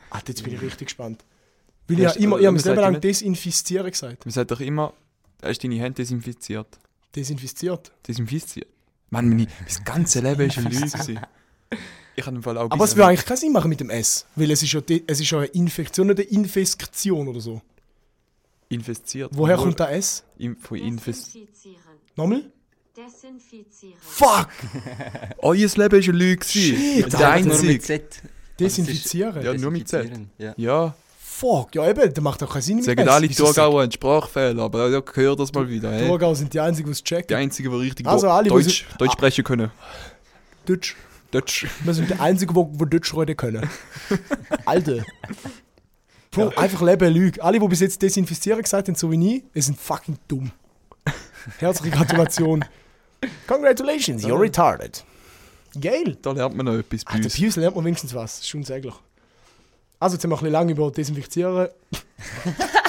A: Ah, jetzt bin ich richtig gespannt. Weil
C: Du
A: ich
C: hast-
A: habe immer, ich habe
C: äh, man
A: mir selber
C: sagt
A: lang
C: immer-
A: desinfizieren gesagt.
C: Man sagt doch immer, hast deine Hände desinfiziert.
A: Desinfiziert.
C: Desinfiziert. Mann, meine, mein ganzes Leben ist eine Lüge. gewesen. Ich habe im Fall auch
A: Aber es
C: bisher-
A: würde eigentlich keinen Sinn machen mit dem S. Weil es ist ja, de- es ist ja eine Infektion oder Infektion oder so.
C: infiziert.
A: Woher
C: Obwohl,
A: kommt der S?
C: in- Von Infest.
E: Desinfizieren.
A: Nochmal?
E: Desinfizieren.
A: Fuck!
C: Euer Leben ist eine Lüge. Shit, der
D: nur mit
C: einzige.
D: Z. Also,
A: Desinfizieren?
C: Ja, nur mit Z.
D: Desinfizieren, Ja.
C: Ja,
A: Fuck, ja eben, das macht doch keinen Sinn mit
C: sagen
A: S.
C: alle
A: Wieso sagt-
C: Thurgauer einen Sprachfehler, aber da gehört das mal wieder.
A: Die
C: Hey.
A: Thurgauer sind die Einzigen, die es
C: Die
A: checken.
C: einzigen, die richtig
A: Also
C: Do-
A: alle, die
C: Deutsch,
A: sind-
C: Deutsch sprechen können.
A: Deutsch.
C: Deutsch.
A: Wir sind die Einzigen, die, die Deutsch reden können. Alter. Bro, einfach leben, Lüge. Alle, die bis jetzt desinfizieren gesagt haben, so wie ich, die sind fucking dumm. Herzliche Gratulation. Congratulations, you're retarded. Geil.
C: Da lernt man noch etwas bei
A: Alter,
C: uns.
A: bei uns Ah, lernt man wenigstens was. Das ist unsäglich. Also, jetzt haben wir ein bisschen lange über Desinfizieren.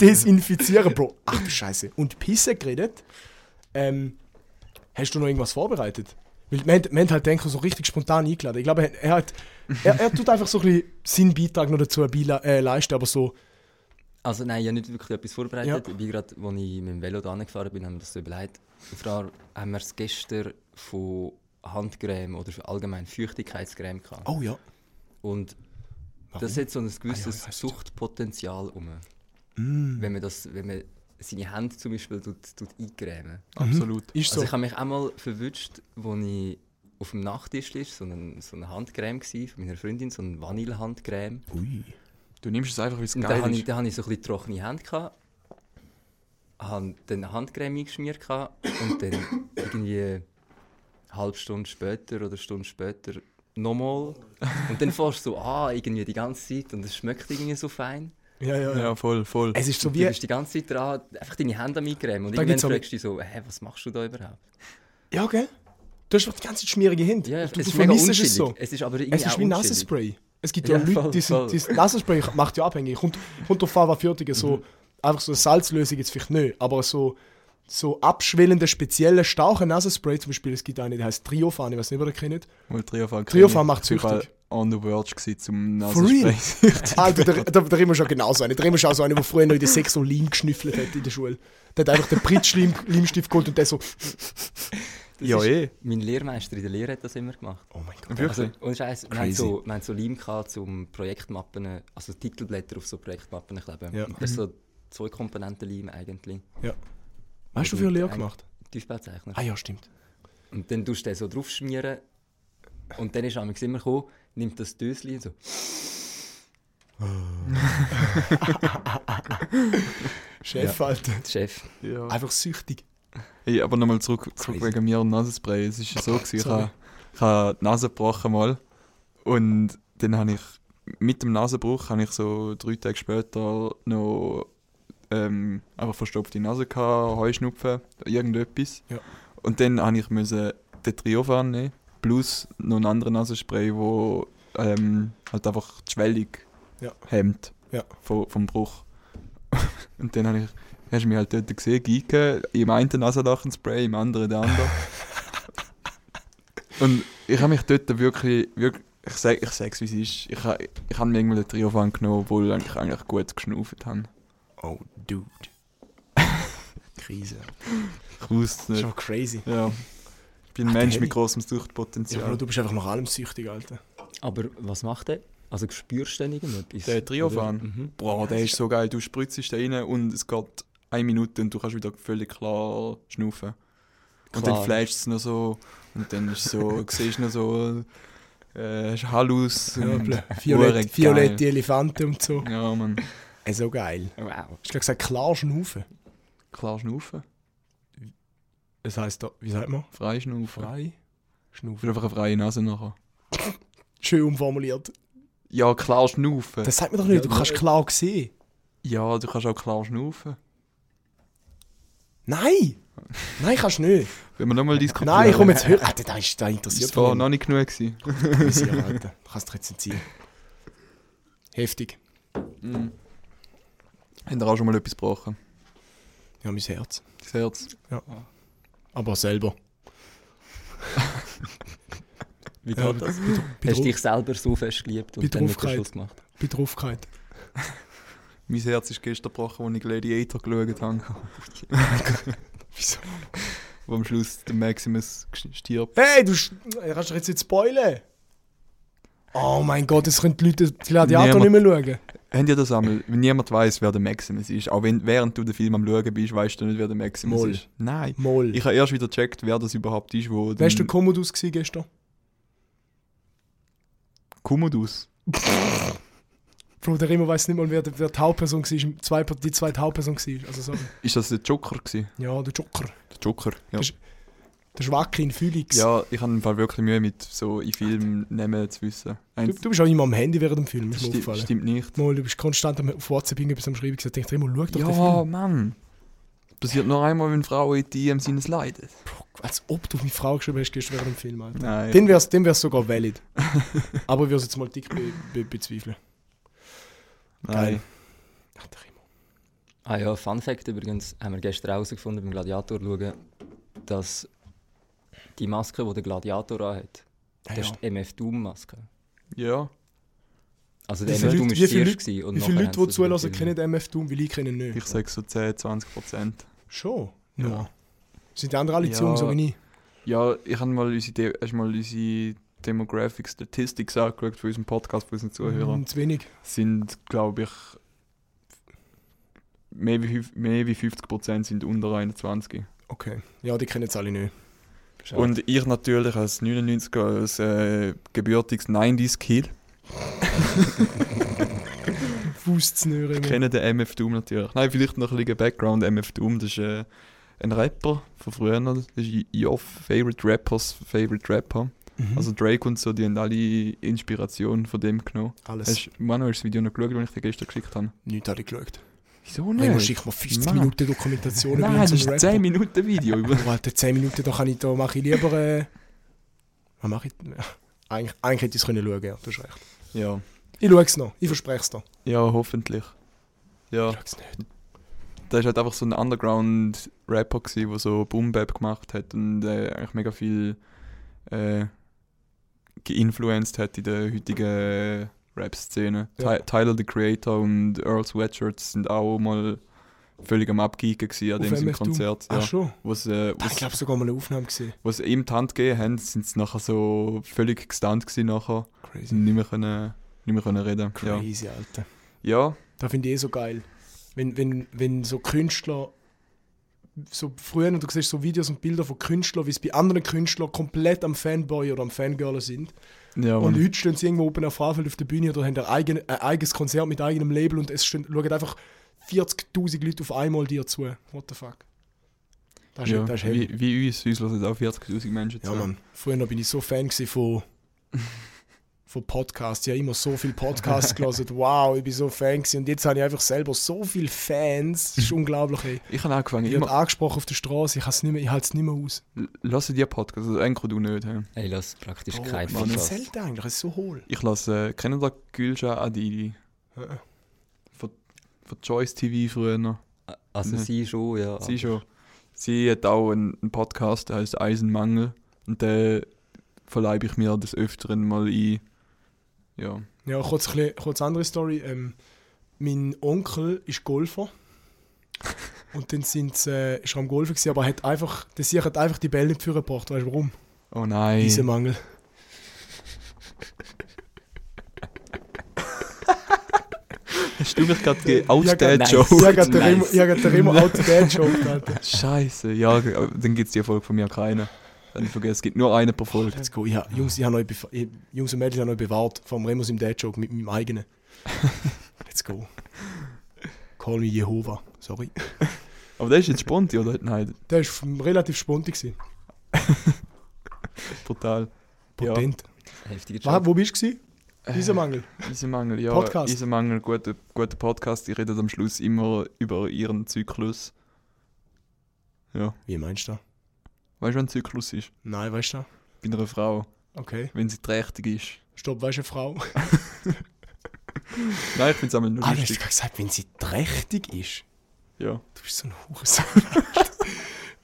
A: Desinfizieren, Bro. Ach du Scheiße. Und Pisse geredet. Ähm, hast du noch irgendwas vorbereitet? Weil wir, haben- wir haben halt Denko so richtig spontan eingeladen. Ich glaube, er, er, hat, er, er tut einfach so ein bisschen seinen Beitrag noch dazu beila- äh, leisten, aber so.
D: Also nein, ich habe nicht wirklich etwas vorbereitet.
A: Ja.
D: Ich bin gerade, als ich mit dem Velo da gefahren bin, haben wir das so überlegt. Und zwar haben wir es gestern von Handcreme oder allgemein Feuchtigkeitscreme gehabt.
A: Oh ja.
D: Und das hat so ein gewisses
A: Ah ja, ich weiss Mm. schon.
D: Suchtpotenzial um. Wenn, man das, wenn man seine Hände zum Beispiel tut, tut eincremen.
A: Mhm.
C: Absolut.
A: Ist so.
D: Also ich habe mich einmal verwünscht, als ich auf dem Nachttisch war, so eine, so eine Handcreme gewesen, von meiner Freundin, so eine Vanillehandcreme.
C: Du nimmst es einfach, weil es
D: Und dann
C: geil
D: hatte
C: ist.
D: ich, dann hab ich so ein bisschen trockene Hände. Gehabt, habe dann Handcreme eingeschmiert gehabt und dann irgendwie eine halbe Stunde später oder eine Stunde später nochmal. Und dann fährst du so an, irgendwie die ganze Zeit und es schmeckt irgendwie so fein.
A: Ja, ja, ja.
C: Ja, voll, voll.
A: Es ist so
D: Du
A: wie.
D: bist die ganze Zeit dran, einfach deine Hände am Eincremen und
A: Da
D: irgendwann
A: gibt's aber-
D: fragst du dich so, hä, was machst du da überhaupt?
A: Ja, gell? Du hast doch die ganze Zeit schmierige Hände.
D: Ja,
A: du, du
D: es ist mega
A: vermisst
D: unschillig. Es, ist aber irgendwie
A: Es ist
D: auch
A: wie
D: unschillig.
A: Nasenspray. Es gibt ja,
D: Ja,
A: Leute,
D: voll,
A: die sind,
D: voll.
A: die sind, Nasenspray macht ja abhängig. Kommt, kommt auf an, was für dich
D: Mhm.
A: so, einfach so eine Salzlösung jetzt vielleicht nicht, aber so, so abschwellende, spezielle, starke Nasenspray zum Beispiel, es gibt eine, die heißt Triophan, ich weiß nicht, ob ihr das kennt.
C: Weil Triophan
A: Triophan macht's süchtig.
C: on the verge gewesen, zum
A: For real?
C: Nasenspray.
A: Alter, da, da, da reden wir schon genauso eine. Da reden wir schon so eine, der früher noch in der Sexo Lean geschnüffelt hat in der Schule. Der hat einfach den Pritt-Leimstift geholt und der so,
D: Das
C: Ja,
D: ist-
C: eh.
D: Mein Lehrmeister in der Lehre hat das immer gemacht.
A: oh mein Gott.
C: Wirklich?
D: Also, und Scheiß, wir haben so, wir haben so Leim gehabt, zum Projektmappen, also Titelblätter auf so Projektmappen kleben.
A: Ja.
D: Das ist so zwei Komponenten Leim eigentlich.
A: Ja. Was hast du für eine Lehre gemacht?
D: Tiefbauzeichner.
A: Ah ja, stimmt.
D: Und dann tust du den so draufschmieren. Und dann ist amigs immer gekommen, nimmt das Dösli und so.
A: Chef, Alter.
D: Der Chef.
C: Ja.
A: Einfach süchtig.
C: Hey, aber nochmal zurück, zurück
D: Ah. Crazy.
C: wegen mir und Nasenspray. Es ist ja so, gewesen, ich
A: Sorry.
C: habe ich habe die Nase gebrochen mal. Und dann habe ich mit dem Nasenbruch habe ich so drei Tage später noch ähm, einfach verstopfte Nase gehabt, Heuschnupfen, irgendetwas.
A: Ja.
C: Und dann habe ich müssen den Triophan nehmen, plus noch einen anderen Nasenspray, wo ähm, halt einfach die Schwellung
A: Ja.
C: hemmt
A: Ja.
C: vom, vom Bruch. Und dann habe ich, hast du mich halt dort gesehen, Geike, im einen Nasenlachenspray, im anderen der andere. Und ich habe mich dort wirklich, wirklich ich sage ich sag's, wie es ist, ich, ha- ich habe mir irgendwann den Trio angenommen, obwohl ich eigentlich, eigentlich gut geschnauft habe.
A: Oh, dude. Krise.
C: Ich wusste es nicht.
A: Schon crazy.
C: Ja. Ah, Ich bin ein
A: Ach,
C: Mensch
A: der
C: mit
A: Eddie.
C: großem
A: Ja,
C: Suchtpotenzial.
A: Bro, du bist einfach nach allem süchtig, Alter.
D: Aber was macht der? Also spürst du denn irgendetwas?
C: Der Triophan?
D: Oder? Mhm.
C: Boah, der ist so geil. Du spritzt den rein und es geht eine Minute und du kannst wieder völlig klar schnaufen. Und dann
D: Klar.
C: flasht es noch so und dann ist so, siehst du noch so äh, hast Hallus. und- Hure
A: Violett,
C: geil.
A: violette Elefanten und so.
C: Ja, man.
A: Ey, so geil.
D: Wow.
A: Hast du gerade gesagt, klar schnaufen?
C: Klar schnaufen,
A: Das heisst da, wie sagt man?
C: frei schnaufen.
A: Frei
C: Ich
A: schnaufen.
C: will einfach eine freie Nase nachher.
A: Schön umformuliert.
C: Ja, klar schnaufen.
A: Das sagt man doch nicht, du
D: Ja,
A: kannst
D: ja.
A: klar sehen.
C: ja, du kannst auch klar schnaufen.
A: Nein! Nein, kannst du nicht.
C: Wenn wir nochmal diskutieren.
A: Nein, ich komme jetzt höher. Alter, da ist da interessiert
C: Das war noch nicht genug. Gewesen.
A: interessiert, Alter. Du kannst doch jetzt nicht ziehen. Heftig.
C: Haben wir auch schon mal etwas gebrochen?
A: Ja, mein Herz.
C: Das Herz.
A: Aber selber.
D: Wie geht
A: Ja,
D: das? Hast du
A: Bedru
D: dich selber so fest geliebt
A: Bei
D: und dann mit der
A: Draufkeit.
D: Schuld gemacht?
A: Betroffenheit.
C: Mein Herz ist gestern gebrochen, als ich Gladiator geschaut habe. Oh,
A: Wieso?
C: Wo am Schluss der Maximus gesch- stirbt.
A: Hey, du sch- Ey, kannst doch jetzt nicht spoilen. Oh mein Gott, jetzt können die Leute den Gladiator nicht mehr
C: Niemand.
A: schauen.
C: Habt ihr das einmal? Wenn niemand weiß, wer der Maximus ist, auch wenn, während du den Film am Schauen bist, weißt du nicht, wer der Maximus
A: Moll.
C: ist. Nein.
A: Moll.
C: Ich habe erst wieder gecheckt, wer das überhaupt ist, wo
A: Wer ist der
C: den-
A: Commodus gewesen gestern?
C: Commodus.
A: Bro, der Remo weiß nicht mal, wer, der- wer die Hauptperson war, im- zwei- die zweite Hauptperson war. Also sorry.
C: Ist das der Joker gewesen?
A: Ja, der Joker.
C: Der Joker. Ja.
A: Das ist- Der Schwackin Felix.
C: Ja, ich habe im Fall wirklich Mühe mit so in Filmen Namen zu wissen.
A: Du,
C: Eins,
A: du bist auch immer am Handy während dem Film, ist mir
C: sti
A: aufgefallen.
C: stimmt nicht.
A: Mal, du bist konstant am- auf WhatsApp irgendwas am Schreiben gesagt, ich Remo, schau doch den
C: Ja,
A: Film.
C: Mann. Passiert nur einmal, wenn Frauen in die sinnes leiden.
A: Als ob du auf meine Frau geschrieben hast gestern während dem Film, Alter.
C: Nein.
A: Dann wär's, dann wär's sogar valid. Aber ich würde jetzt mal dick be be bezweifeln.
C: Nein.
A: Ach, der Remo.
D: Ah ja, Fun Fact übrigens, haben wir gestern herausgefunden beim Gladiator schauen, dass die Maske, die der Gladiator anhat,
A: Ah,
D: das
A: ja.
D: ist die MF Doom-Maske.
C: Ja.
D: Also der
A: Wie viele
D: MF Doom
A: Leute-
D: ist
A: wie
D: zuerst
A: viele
D: Leute, gewesen, und
A: Wie viele Leute,
D: nachher haben
A: die
D: sie den
A: zulassen,
D: Film-
A: kennen MF Doom, weil ich kenne ihn nicht.
C: Ich sage so 10, 20 Prozent.
A: Schon?
C: Ja.
A: Ja. Sind die anderen alle
C: Ja.
A: zu jung, so wie ich?
C: Ja, ich habe mal unsere, De hast mal unsere Demographic Statistics angeschaut von unserem Podcast, von unseren Zuhörern.
A: Hm, zu wenig.
C: Sind, glaube ich, mehr wie, fünf- mehr wie 50 Prozent sind unter 21.
A: Okay. Ja, die kennen jetzt alle nicht.
D: Schade.
C: Und ich natürlich als 99er, als äh, gebürtiges 90s-Kid,
A: Wusst's nicht, Remo.
C: kenne den MF Doom natürlich. Nein, vielleicht noch ein bisschen Background. MF Doom, das ist äh, ein Rapper von früher. Das ist your favorite rappers, favorite Rapper.
A: Mhm.
C: Also Drake und so, die haben alle Inspiration von dem genommen.
A: Alles.
C: Hast du Manu, hast du das Video noch geschaut, das ich dir gestern geschickt habe?
A: Nichts habe ich geschaut.
C: Wieso
A: Nein, man schickt mir 50
C: Mann.
A: Minuten Dokumentation
C: Nein, das ist ein 10
A: Minuten.
C: Minuten Video. über-
A: Oh, Alter, 10 Minuten, da, kann ich, da mache ich lieber... Äh, was mache ich? denn? Eigentlich, eigentlich hätte ich es können schauen, ja, du hast recht.
C: ja.
A: Ich schaue es noch, ich verspreche es dir.
C: ja, hoffentlich. Ja,
A: Ich schaue es nicht.
C: da ist halt einfach so ein Underground-Rapper gewesen, der so Boom-Bap gemacht hat und äh, eigentlich mega viel äh, geinfluenced hat in der heutigen Rap-Szene.
A: Ja.
C: Ty Tyler, the Creator und Earl Sweatshirt sind auch mal völlig am Abgeigen gewesen an
A: Auf
C: dem seinem
A: MF Doom.
C: Konzert.
A: Ach
C: Ja,
A: schon?
C: was, äh,
A: Da, ich
C: was,
A: glaube sogar mal eine Aufnahme gesehen.
C: was ihm die Hand gegeben haben, sind sie nachher so völlig gestunt gewesen nachher. Sie
A: Crazy.
C: nicht mehr können, nicht mehr können reden. Ja.
A: Crazy, Alter.
C: ja,
A: Da finde ich eh so geil. Wenn, wenn, wenn so Künstler, so früher, und du siehst so Videos und Bilder von Künstlern, wie es bei anderen Künstlern komplett am Fanboy oder am Fangirl sind.
C: ja,
A: Und
C: Mann.
A: heute stehen sie irgendwo oben auf Frauenfeld auf der Bühne oder haben ein, eigen, ein eigenes Konzert mit eigenem Label und es stehen, schauen einfach 40.000 Leute auf einmal dir zu. What the fuck? Das ist,
C: ja.
A: das ist heavy.
C: wie, wie uns, uns hören auch 40.000 Menschen zu.
A: Ja, Mann. Früher bin ich so Fan gewesen von von Podcasts. Ich habe immer so viele Podcasts gelesen. Wow, ich bin so Fan gewesen. Und jetzt habe ich einfach selber so viele Fans. Das ist unglaublich. Ey.
C: Ich habe angefangen,
A: Ich
C: immer,
A: werde angesprochen auf der Straße. Ich, kann's nicht mehr- ich halte es nicht mehr aus.
C: lasse dir Podcasts, also Enko du nicht. He.
D: Ich lasse
A: Oh,
D: praktisch keinen
A: was
D: Podcast.
A: erzählt eigentlich? Es ist so hohl.
C: Ich lasse, äh, kennen da Gülcan Adili?
A: Äh.
C: Von, von Choice TV früher noch.
D: Also
C: Mhm.
D: sie schon, ja.
C: Sie schon. Sie hat auch einen, einen Podcast, der heißt Eisenmangel. Und den verleibe ich mir des Öfteren mal ein. Ja.
A: Ja, kurz, ein bisschen- kurz andere Story. Ähm, mein Onkel ist Golfer. Und dann sind äh, ist er am Golfen, gewesen, aber er hat einfach, der Sieg hat einfach die Bälle nicht vorgebracht. Weißt du warum?
C: Oh nein.
A: Dieser Mangel.
C: Hast du mich gerade ge
A: Ja,
C: Outdad
D: nice.
C: Joe?
A: Ich habe gerade den
D: Nice.
A: Remo- ich habe gerade den Remo out dad joke Alter.
C: Scheiße, ja, ge- aber dann gibt es die Erfolg von mir keine. Dann ich vergessen, es gibt nur einen pro Folge.
A: Let's go. Ich hab, Jungs, ich habe euch, bef- ich- Jungs und Mädels haben euch bewahrt vom Remus im dad joke mit meinem eigenen. Let's go. Call me Jehova. Sorry.
C: Aber der ist jetzt Sponti, oder? Nein,
A: Der war relativ spontan. gewesen.
C: brutal.
A: Potent.
D: Heftige
A: Wa-
D: Job.
A: Wo bist du? Dieser Mangel.
C: Eisenmangel, ja.
A: Podcast.
C: Eisenmangel, guter, guter Podcast. Die reden am Schluss immer über ihren Zyklus. Ja.
A: Wie meinst du das?
C: Weißt du, was ein Zyklus ist?
A: Nein, weißt du? das?
C: Bei einer Frau,
A: Okay.
C: wenn sie trächtig ist.
A: Stopp, weißt du, Frau?
C: Nein, ich finde es einmal nur
A: Ah, du hast
C: lustig.
A: gerade gesagt, wenn sie trächtig ist.
C: Ja.
A: Du bist so ein Hurensohn.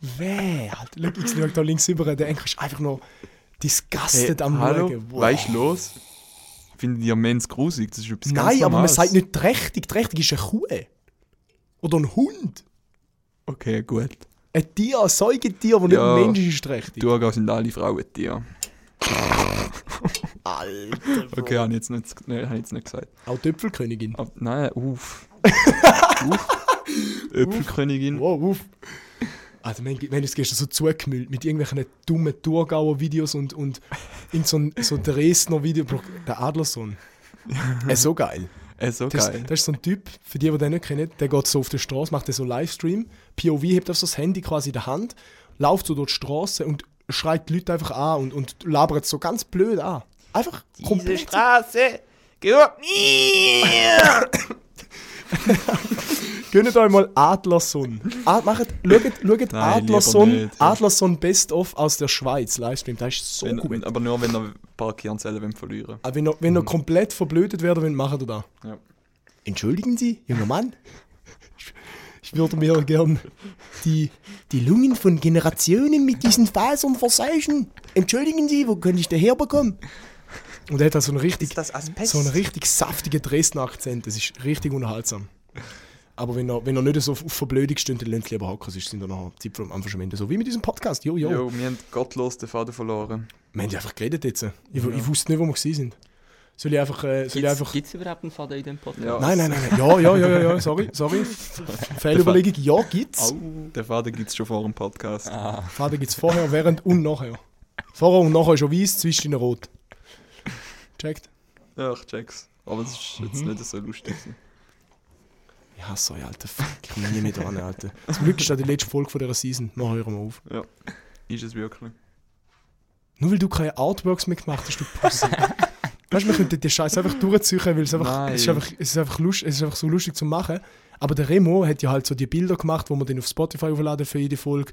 A: Weh, Alter. Schau, Ich schaue da links über, der Enkel ist einfach noch disgusted am
C: hallo,
A: Schauen. Wow.
C: weißt du los? Finde ich immens grusig. Das ist etwas ganz
A: Nein, aber man
C: Normales.
A: sagt nicht trächtig. Trächtig ist eine Kuh. Oder ein Hund.
C: Okay, gut.
A: Ein Tier, ein Säugetier, das nicht
C: Ja.
A: ein Mensch ist, ist trächtig.
C: Thurgau sind alle Frauen Tiere. Alter. Okay, habe ich jetzt nicht, nee, hab ich jetzt nicht gesagt.
A: Auch die Töpfelkönigin.
C: Aber, nein, uff. uff. Öpfelkönigin.
A: Wow, uff. Also, wir wir haben uns gestern so zugemüllt mit irgendwelchen dummen Thurgauer Videos und, und in so ein, so ein Dresdner Video. Bro, Der Adlersohn. Äh, so geil.
C: Äh, so
A: Das,
C: geil.
A: ist, das ist so ein Typ, für die, die den nicht kennen, der geht so auf der Straße, macht so einen Livestream. POV hebt auf so das Handy quasi in der Hand, läuft so durch die Straße und schreit die Leute einfach an und, und labert so ganz blöd an. Einfach komplett.
B: Straße gehört mir.
A: Gönnt euch mal Adlerson. Ad, macht, schaut schaut
C: Nein, lieber
A: Adlerson,
C: nicht, ja.
A: Adlerson Best of aus der Schweiz Livestream. Das ist so
C: wenn,
A: gut.
C: aber nur, wenn er ein paar Kernzellen wollen verlieren
A: Aber wenn ihr, wenn
C: Mhm.
A: ihr komplett verblödet werden wollt, macht ihr das.
C: Ja.
A: Entschuldigen Sie, junger Mann. Ich- Ich würde mir gern die, die Lungen von Generationen mit diesen Fasern verseuchen. Entschuldigen Sie, wo könnte ich da herbekommen? Und er hat da so einen richtig, so einen richtig saftigen Dresdner Akzent. Das ist richtig unterhaltsam. Aber wenn er, wenn er nicht so auf auf Verblödung steht, dann lasst lieber hocken. Sonst sind wir noch Zeit vom Anfang Ende. So wie mit diesem Podcast. Jo, jo.
C: Jo, wir haben gottlos den Faden verloren.
A: Wir haben ja einfach geredet jetzt. Ich, ich wusste nicht, wo wir gewesen sind. Soll ich einfach... Äh, soll ich einfach
D: Gibt es überhaupt einen Faden in dem Podcast?
C: Ja.
A: Nein, nein, nein, nein. Ja, ja, ja, ja, ja. sorry, sorry. Fehlüberlegung, ja, gibt's.
C: Den Faden gibt es schon vor dem Podcast.
A: Faden gibt's vorher, während und nachher. Vorher und nachher ist schon weiß, zwischen rot. Checkt?
C: Ja, ich check's. Aber es ist jetzt
A: Mhm.
C: nicht so lustig. gewesen.
A: Ich hasse euch, Alter. Fuck, ich komme nie mehr dran, Alter. Zum Glück ist das die letzte Folge von dieser Season. Dann hören wir auf.
C: Ja. Ist es wirklich.
A: Nur weil du keine Artworks mehr gemacht hast, du Pussy. weißt du, wir könnten die Scheiße einfach durchziehen, weil es, einfach,
C: Nein.
A: es, ist einfach, es, ist einfach lust, es ist einfach so lustig zu machen. Aber der Remo hat ja halt so die Bilder gemacht, wo wir dann auf Spotify aufladen für jede Folge.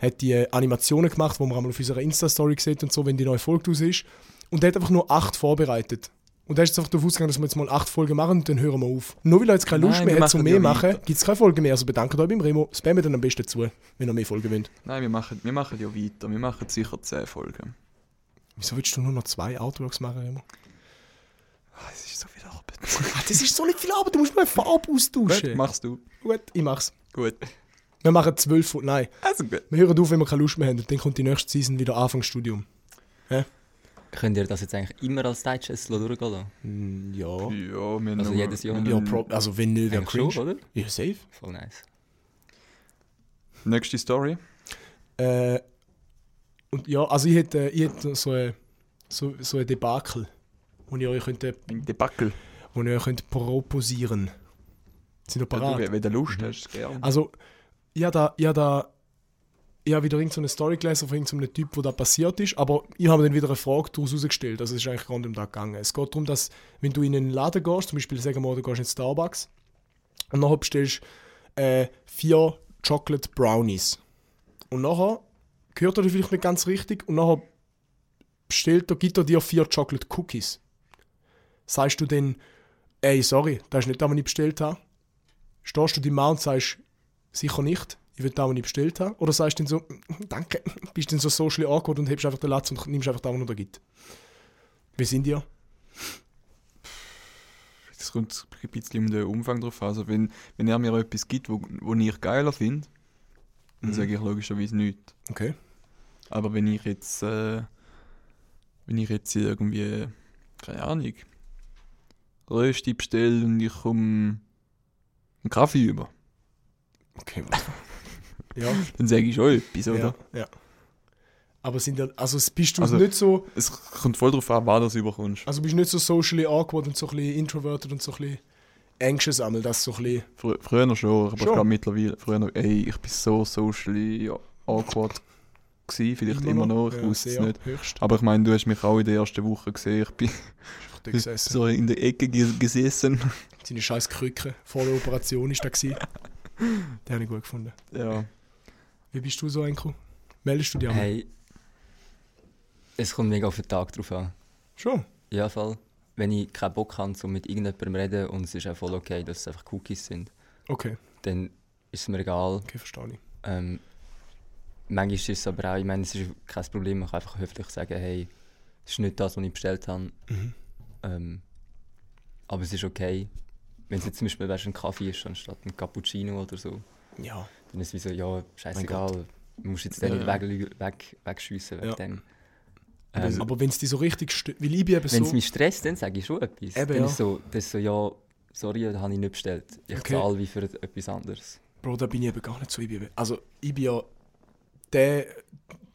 A: Hat die äh, Animationen gemacht, wo man einmal auf unserer Insta-Story sieht und so, wenn die neue Folge raus ist. Und er hat einfach nur acht vorbereitet. Und er ist jetzt einfach davon ausgegangen, dass wir jetzt mal acht Folgen machen und dann hören wir auf. Nur weil er jetzt keine Lust
C: Nein,
A: mehr
C: wir
A: hat, zum
C: machen
A: mehr
C: ja
A: machen,
C: weiter.
A: gibt es keine Folge mehr. Also bedankt euch beim Remo. Spammen dann am besten zu, wenn ihr mehr Folgen wollt.
C: Nein, wir machen, wir machen ja weiter. Wir machen sicher 10 Folgen.
A: Wieso willst du nur noch zwei Artworks machen, Remo?
C: Es ist so viel Arbeit.
A: Ah, das ist so nicht viel Arbeit, du musst mal Farbe austauschen.
C: Gut, machst du.
A: Gut, ich mach's.
C: Gut.
A: Wir machen zwölf Folgen. Nein,
C: Also gut.
A: wir hören auf, wenn wir keine Lust mehr haben. Und dann kommt die nächste Season wieder Anfangsstudium.
D: Könnt ihr das jetzt eigentlich immer als Digest durchgehen lassen?
A: Ja.
C: Ja, wir haben
D: Also
C: nur-
D: jedes Jahr?
A: Ja, pro, also wenn nicht, wäre
D: Eigentlich schon,
A: cringe.
D: oder?
A: Ja, safe.
D: Voll nice.
C: Nächste Story.
A: Äh, und ja, also ich hätte, ich hätte so, ein, so, so ein Debakel, wo ich euch könnte,
C: Ein Debakel.
A: wo ich euch könnte proposieren. Sind ihr
C: Ja,
A: parat? Mhm.
C: du, wenn du Lust hast, gerne.
A: Also, ich habe da, ich hab da ich habe wieder irgendeine Story gelesen von irgendeinem Typ, wo da passiert ist, aber ich habe mir dann wieder eine Frage daraus herausgestellt. Also es ist eigentlich rund um da gegangen. Es geht darum, dass wenn du in einen Laden gehst, zum Beispiel sagen wir mal, du gehst in Starbucks und nachher bestellst äh, vier Chocolate Brownies. Und nachher hört er dich vielleicht nicht ganz richtig und nachher bestellt er, gibt er dir vier Chocolate Cookies. Sagst du dann, ey, sorry, das ist nicht das, was ich bestellt habe? Stehst du dem Mann und sagst, sicher nicht, ich will das, was ich bestellt habe? Oder sagst du dann so, danke, bist dann so social awkward und hebst einfach den Latz und nimmst einfach das, was er gibt? Wie sind ihr?
C: Es kommt ein bisschen um den Umfang drauf an. Also wenn, wenn er mir etwas gibt, wo, wo ich geiler finde,
A: Mhm.
C: dann sage ich logischerweise nichts.
A: Okay.
C: Aber wenn ich jetzt, äh, wenn ich jetzt irgendwie, keine Ahnung, Rösti bestelle und ich komme einen Kaffee über,
A: Okay. ja,
C: dann sage ich schon etwas, oder?
A: ja, ja. Aber sind ihr, also bist du
C: Also-
A: nicht so,
C: Es kommt voll drauf an, wann du es überkommst.
A: also bist du nicht so socially awkward und so ein bisschen introverted und so ein bisschen anxious einmal, dass so ein bisschen
C: Frü früher schon, aber ich
A: Schon?
C: glaube mittlerweile, früher, ey, ich bin so socially ja, awkward gewesen, vielleicht immer noch, ich wusste es
A: sehr,
C: nicht.
A: Höchst.
C: Aber ich meine, du hast mich auch in der ersten Woche gesehen, ich bin
A: Du gesessen.
C: so in der Ecke ge- gesessen.
A: Seine scheiß Krücke vor der Operation ist da gewesen. Den habe ich gut gefunden.
C: Ja.
A: Wie bist du so, Enko? Meldest du dich an?
D: Hey, es kommt mega auf den Tag drauf an.
A: Schon.
D: Ja, voll. Wenn ich keinen Bock habe, um mit irgendjemandem zu reden und es ist auch voll okay, dass es einfach Cookies sind,
A: Okay,
D: dann ist es mir egal.
A: okay, verstehe ich.
D: Ähm, manchmal ist es aber auch, ich meine, es ist kein Problem, man kann einfach höflich sagen, hey, es ist nicht das, was ich bestellt habe.
C: Mhm.
D: Ähm, aber es ist okay. Wenn es jetzt zum Beispiel weißt, ein Kaffee ist anstatt ein Cappuccino oder so,
A: Ja.
D: dann ist es wie so, ja, scheißegal, du musst jetzt den
C: Ja,
D: nicht weg, weg, wegschiessen wegen
A: Ja.
D: dem.
A: Ähm,
D: Ähm,
A: aber wenn es dich so richtig stört, weil ich bin eben
D: Wenn
A: so...
D: es mich stresst, dann sage ich schon etwas.
A: Eben,
D: dann
A: ja.
D: ist so, das ist so, ja, sorry, das habe ich nicht bestellt. Ich
A: Okay.
D: zahle wie für etwas anderes.
A: Bro, da bin ich eben gar nicht so. Ich bin, eben- also, ich bin ja der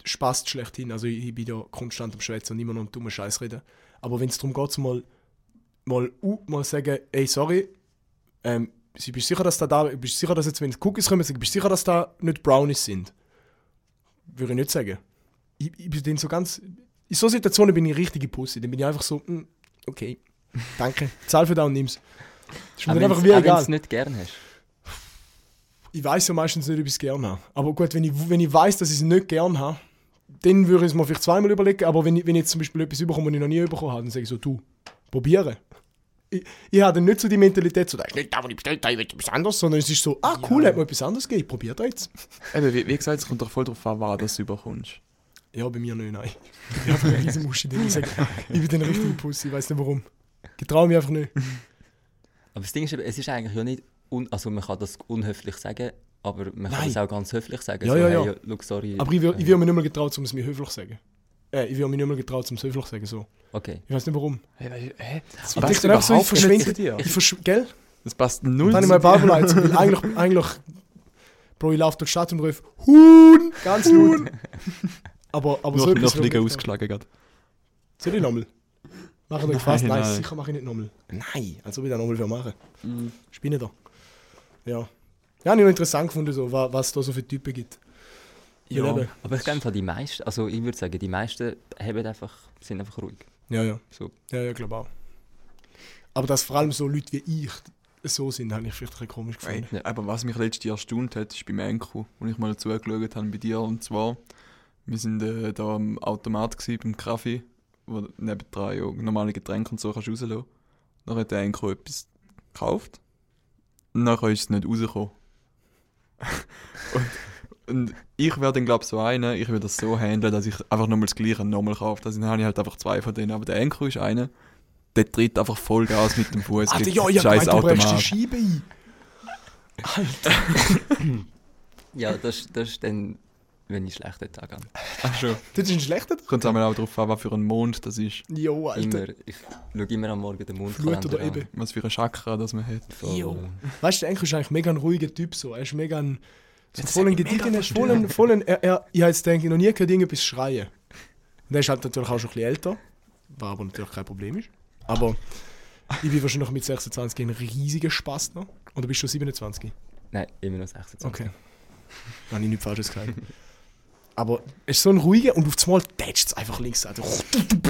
A: Spaß schlechthin. Also, ich bin ja konstant am Schwätzen und immer noch am dummen Scheiß reden. Aber wenn es darum geht, so mal, mal, uh, mal sagen, ey, sorry, ähm, sie- bist du sicher, dass da, da bist du sicher, dass jetzt, wenn die Cookies kommen, sag, bist du sicher, dass da nicht Brownies sind? Würde ich nicht sagen. Ich, ich bin dann so ganz. In so Situationen bin ich richtige Pussy. Dann bin ich einfach so, mm, okay, danke, zahl für da und nimm's. Das ist mir dann
D: Auch wenn
A: einfach wie
D: du
A: egal
D: es nicht gerne hast.
A: ich weiß ja meistens nicht, ob ich es gerne habe. Aber gut, wenn ich, wenn ich weiß, dass ich es nicht gerne habe, dann würde ich es mir vielleicht zweimal überlegen. Aber wenn ich, wenn ich jetzt zum Beispiel etwas überkomme, was ich noch nie bekommen habe, dann sage ich so, du, probieren. Ich, ich habe dann nicht so die Mentalität, so, das ist nicht das, was ich bestellt habe, ich will etwas anderes, sondern es ist so, ah cool, hat mir etwas anderes gegeben, ich probiere das jetzt.
C: Eben, wie, wie gesagt, es kommt doch voll drauf an, wann du es überkommst.
A: Ja, bei mir nicht, nein. Ich bin einfach diese Muschi, die ich sage, ich bin den richtigen Pussy, ich weiß nicht warum. Ich traue mich einfach nicht.
D: Aber das Ding ist, eben, es ist eigentlich ja nicht, un also man kann das unhöflich sagen, aber
A: Nein.
D: man kann es auch ganz höflich sagen.
A: Ja,
D: so,
A: ja,
D: hey,
A: ja.
D: look, sorry.
A: Aber ich würde ich
D: ähm,
A: würd mir nicht mehr getraut, um es mir höflich zu sagen. Äh, ich würde mir nicht mehr getraut, um es höflich zu sagen, so.
D: Okay.
A: Ich weiß nicht warum.
C: Hä? Hä? Das
A: Ich
C: passt
A: denke dann einfach so, ich
C: überhaupt nicht
A: verschwinde
C: zu dir.
A: Ich versch gell?
C: Das passt null
A: Dann habe
C: zu
A: ich mal
C: dir.
A: Bauchleid, weil eigentlich, eigentlich, Bro, ich laufe durch die Stadt und rufe Huhn, ganz laut. Aber, aber
C: Noch,
A: so
C: noch
A: wird
C: liegen
A: nicht.
C: ausgeschlagen gerade.
A: Soll ich nochmal? Machen euch fast,
C: Nein,
A: nein,
C: nein.
A: sicher mache ich nicht nochmal. Nein, als ob ich da nochmal für machen. Spinne da. Ja. Ja, habe ich noch interessant gefunden, so, wa- was es da so für Typen gibt. Weil
C: Ja.
A: eben-
D: Aber ich glaube, die meisten, also ich würde sagen, die meisten haben einfach, sind einfach ruhig.
A: Ja, ja.
D: So.
A: Ja, ja, glaube auch. Aber dass vor allem so Leute wie ich so sind, habe ich vielleicht ein bisschen komisch
C: Ey,
A: gefunden.
C: Aber was mich letztes Jahr erstaunt hat, ist beim Enko, wo ich mal zugeschaut habe bei dir. Und zwar, wir sind äh, da am Automat gsi beim Kaffee, wo du nebendran ja normale Getränke und so kannst rauslassen. Dann hat der Enko etwas gekauft. Und dann ist es nicht rausgekommen. und, und ich wäre dann, glaube ich, so einer, ich würde das so handeln, dass ich einfach nochmal das Gleiche nochmal kaufe. Also, dann habe ich halt einfach zwei von denen. Aber der Enko ist einer, der tritt einfach Vollgas mit dem Fuß.
A: Alter, Ah, ja, ich habe gemeint, du brechst die Scheibe ein.
D: Ja, das, das ist dann, wenn ich einen schlechten Tag habe.
C: Ach schon.
A: Das ist ein schlechter...
C: Kommt auch mal auch darauf an, was für ein Mond das ist,
A: Jo, Alter.
D: Immer, ich schaue immer am Morgen den Mund
A: Flut oder eben.
C: was für ein Chakra das man hat.
A: Jo. Weißt du, der Enko ist eigentlich mega ein ruhiger Typ so. Er ist mega ein. So voll
C: sag
A: ein
C: ich mega
A: gediegener, voll ein, voll ein, er, er, ich habe jetzt denke, noch nie gehört irgendetwas schreien. Und er ist halt natürlich auch schon ein bisschen älter, was aber natürlich kein Problem ist. Aber ich bin wahrscheinlich mit 26 ein riesiger Spaß noch. Oder bist du schon 27?
D: Nein, immer noch 26.
A: Okay. Dann habe ich nichts Falsches gesagt. Aber es ist so ein ruhiger und auf einmal tätscht es einfach links. Also.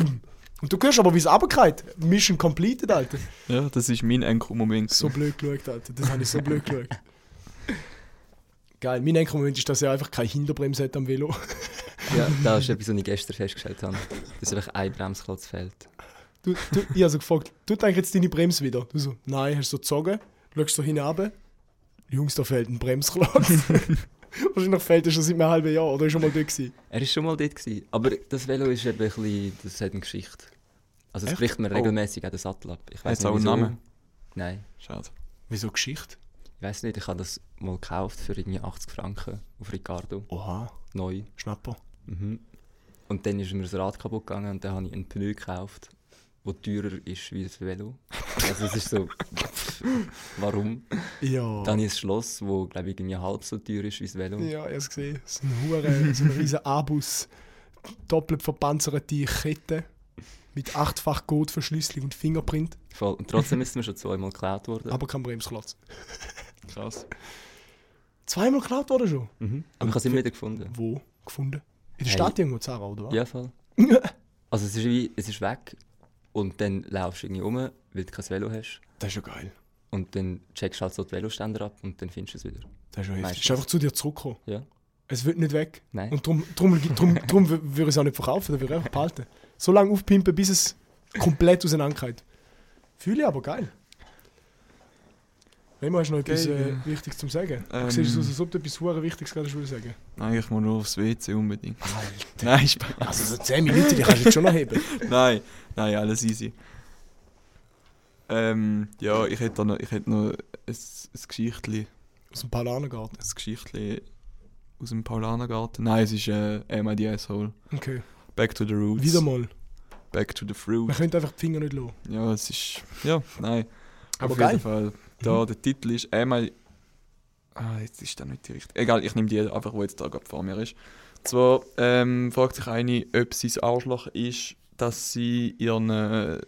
A: Und du hörst aber, wie es runtergeht. Mission completed, Alter.
C: Ja, das ist mein Enkelmoment.
A: So blöd geschaut, Alter. Das habe ich so blöd geschaut. Geil. Mein Enkelmoment ist, dass er einfach keine Hinterbremse hat am Velo.
D: Ja, das ist etwas, was ich gestern festgestellt habe. Dass euch ein Bremsklotz fehlt.
A: Du, du, ich habe so gefragt, tut eigentlich jetzt deine Bremse wieder? Du so, nein, hast so gezogen, schaust so hinab. Jungs, da fehlt ein Bremsklotz. Wahrscheinlich fehlt er schon seit einem halben Jahr oder ist schon mal dort gewesen.
D: Er war schon mal dort. Gewesen, aber das Velo ist eben ein bisschen, das hat eine Geschichte. Also es
A: Echt?
D: bricht mir
A: Oh.
D: regelmäßig an den Sattel ab. Ich weiss
C: Hat's auch einen
D: wieso.
C: Namen?
D: Nein.
C: Schade.
A: Wieso Geschichte?
D: Ich weiß nicht, ich habe das mal gekauft für irgendwie 80 Franken auf Ricardo.
A: Oha,
D: Neu.
A: Schnapper.
D: Und dann ist mir das Rad kaputt gegangen und dann habe ich einen Pneu gekauft, der teurer ist wie das Velo. Also es ist so, warum?
A: Ja.
D: Dann habe ich ein Schloss, das glaube ich irgendwie halb so teuer ist wie das Velo.
A: Ja, ich habe es gesehen. So ein Hure, so ein riesen Abus. Doppelt verpanzerte Kette. Mit achtfach Gurtverschlüsselung und Fingerprint,
D: Voll. Und trotzdem ist es mir schon zweimal geklaut worden.
A: aber kein Bremsklotz.
C: Krass.
A: Zweimal geklaut worden schon.
D: Aber ich habe es immer wieder gefunden.
A: Wo? Gefunden? In der
D: Hey.
A: Stadt irgendwo, Zara, oder was?
D: Ja, voll. Also es ist wie, es ist weg und dann laufst du irgendwie rum, weil du kein Velo hast.
A: Das ist ja geil.
D: Und dann checkst du halt so die Veloständer ab und dann findest du es wieder.
A: Das ist ja heftig.
D: Meistens.
A: Ist einfach zu dir zurückgekommen.
D: Ja.
A: Es wird nicht weg.
D: Nein.
A: Und darum drum, drum, drum wür- würde ich es auch nicht verkaufen, dann würde ich einfach behalten. So lange aufpimpen, bis es komplett auseinandergeht. Fühle ich aber geil. Remo, hast du noch etwas
C: Geil,
A: äh,
C: ja.
A: Wichtiges zu sagen?
C: Ähm.
A: Du siehst es aus, als ob du etwas hure Wichtiges gerade schon sagen
C: Nein, ich muss nur aufs WC unbedingt.
A: Alter.
C: Nein, Spaß.
A: Also so 10 Minuten, die kannst du jetzt schon noch heben.
C: Nein, nein, alles easy. Ähm, ja, ich hätte da noch, ich hätte noch ein, ein Geschichtli,
A: Aus dem Paulanergarten.
C: ein Geschichtli aus dem Paulanergarten. Nein, es ist äh, Am I the Asshole.
A: Okay.
C: Back to the roots.
A: Wieder mal.
C: Back to the
A: Man
C: fruit.
A: könnte einfach die Finger nicht lassen.
C: Ja, es ist, ja, nein.
A: Aber
C: Auf
A: geil. Mhm.
C: jeden Fall. Da, der Titel ist Am I... Ah, jetzt ist das nicht die richtige. Egal, ich nehme die einfach, die jetzt da gerade vor mir ist. Und zwar ähm, fragt sich eine, ob sein Arschloch ist, dass sie ihren äh,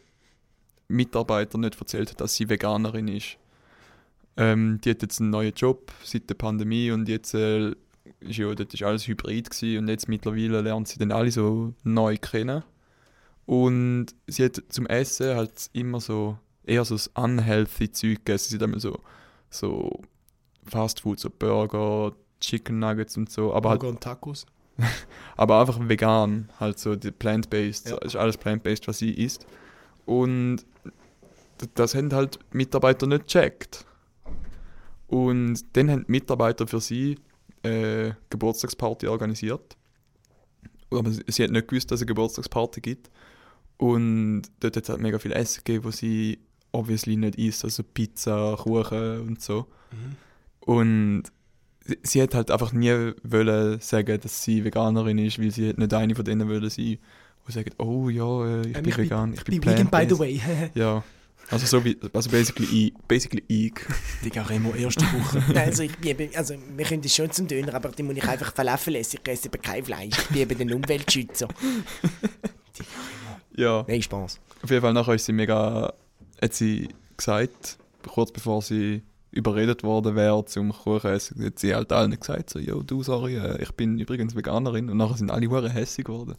C: Mitarbeitern nicht erzählt hat, dass sie Veganerin ist. Ähm, die hat jetzt einen neuen Job seit der Pandemie und jetzt äh, ist ja, dort ist alles hybrid gewesen und jetzt mittlerweile lernt sie dann alle so neu kennen. Und sie hat zum Essen halt immer so eher so das unhealthy Zeug gegessen. Sie hat immer so, so Fast Food, so Burger, Chicken Nuggets und so, aber halt
A: Burger und Tacos.
C: aber einfach vegan, halt so die plant-based,
A: Ja.
C: so, ist alles plant-based, was sie isst. Und d- das haben halt Mitarbeiter nicht gecheckt. Und dann haben die Mitarbeiter für sie äh, Geburtstagsparty organisiert. Aber sie- sie hat nicht gewusst, dass es eine Geburtstagsparty gibt. Und dort hat es halt mega viel Essen gegeben, wo sie obviously nicht isst, also Pizza, Kuchen und so. Und sie- sie hat halt einfach nie wollen sagen, dass sie Veganerin ist, weil sie hat nicht eine von denen wollen sein, die sagen, oh ja, äh, ich
A: Ähm,
C: bin vegan, ich bin
A: vegan, by the
C: plant-based.
A: way.
C: Ja, also so wie, also basically ich, basically ich.
A: Digga, Remo, erste Woche.
F: Also, ich bin, eben- also wir können das schon zum Döner, aber die muss ich einfach Falafel essen. Ich esse aber kein Fleisch. Ich bin eben ein Umweltschützer.
C: Ja,
F: Nein, Spaß.
C: auf jeden Fall nachher ist sie mega, hat sie gesagt, kurz bevor sie überredet worden wäre zum Kuchen essen, hat sie halt allen gesagt, so, yo, du, sorry, äh, ich bin übrigens Veganerin und nachher sind alle hure hässig geworden.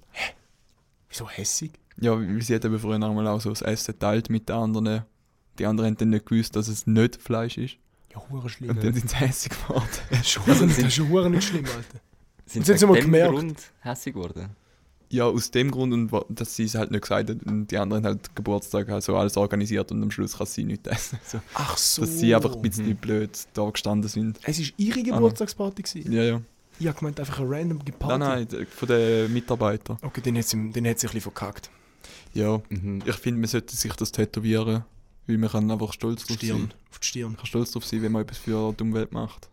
A: Wieso hässig?
C: Ja, wie sie hat eben früher einmal auch so das Essen teilt mit den anderen. Die anderen haben dann nicht gewusst, dass es nicht Fleisch ist.
A: Ja, hure schlimm.
C: Und dann sind sie hässig geworden.
A: Das ist schon hure nicht schlimm, Alter.
D: Sind
A: Jetzt haben sie
D: wegen
A: mal
D: dem
A: gemerkt.
D: Grund hässig geworden?
C: ja, aus dem Grund, und wa- dass sie es halt nicht gesagt hat. Und die anderen haben halt Geburtstag also alles organisiert und am Schluss kann sie nichts essen. So,
A: Ach so.
C: dass sie einfach Ah. ein bisschen blöd da gestanden sind.
A: Es war ihre Geburtstagsparty. gewesen.
C: Ja, ja.
A: Ich habe gemeint, einfach eine random Party.
C: Nein, nein, d- von den Mitarbeitern.
A: Okay, den hat sie den hat's ein bisschen verkackt.
C: Ja.
D: Mhm.
C: Ich finde, man sollte sich das tätowieren, weil man kann einfach stolz
A: Auf die
C: drauf
A: Stirn.
C: sein.
A: Auf die Stirn.
C: Man kann stolz drauf sein, wenn man etwas für die Umwelt macht.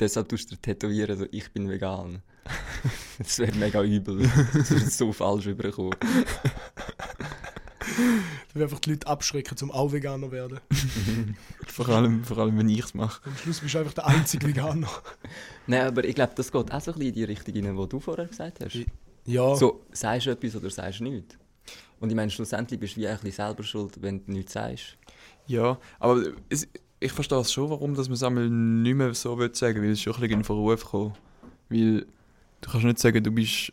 D: Deshalb tust du dir tätowieren, so ich bin vegan. das wäre mega übel. Das würde so falsch rüberkommen.
A: Ich will einfach die Leute abschrecken, zum auch Veganer werden.
C: Vor allem, vor allem wenn ich es mache.
A: Am Schluss bist du einfach der einzige Veganer.
D: Nein, aber ich glaube, das geht auch so ein bisschen in die Richtung rein, die du vorher gesagt hast.
A: Ja.
D: So, sagst du etwas oder sagst du nichts? Und ich meine, schlussendlich bist du wie ein bisschen selber schuld, wenn du nichts sagst.
C: Ja, aber es, ich verstehe es schon, warum dass man es einmal nicht mehr so will sagen weil es ist schon ein bisschen in Verruf gekommen. Weil du kannst nicht sagen, du bist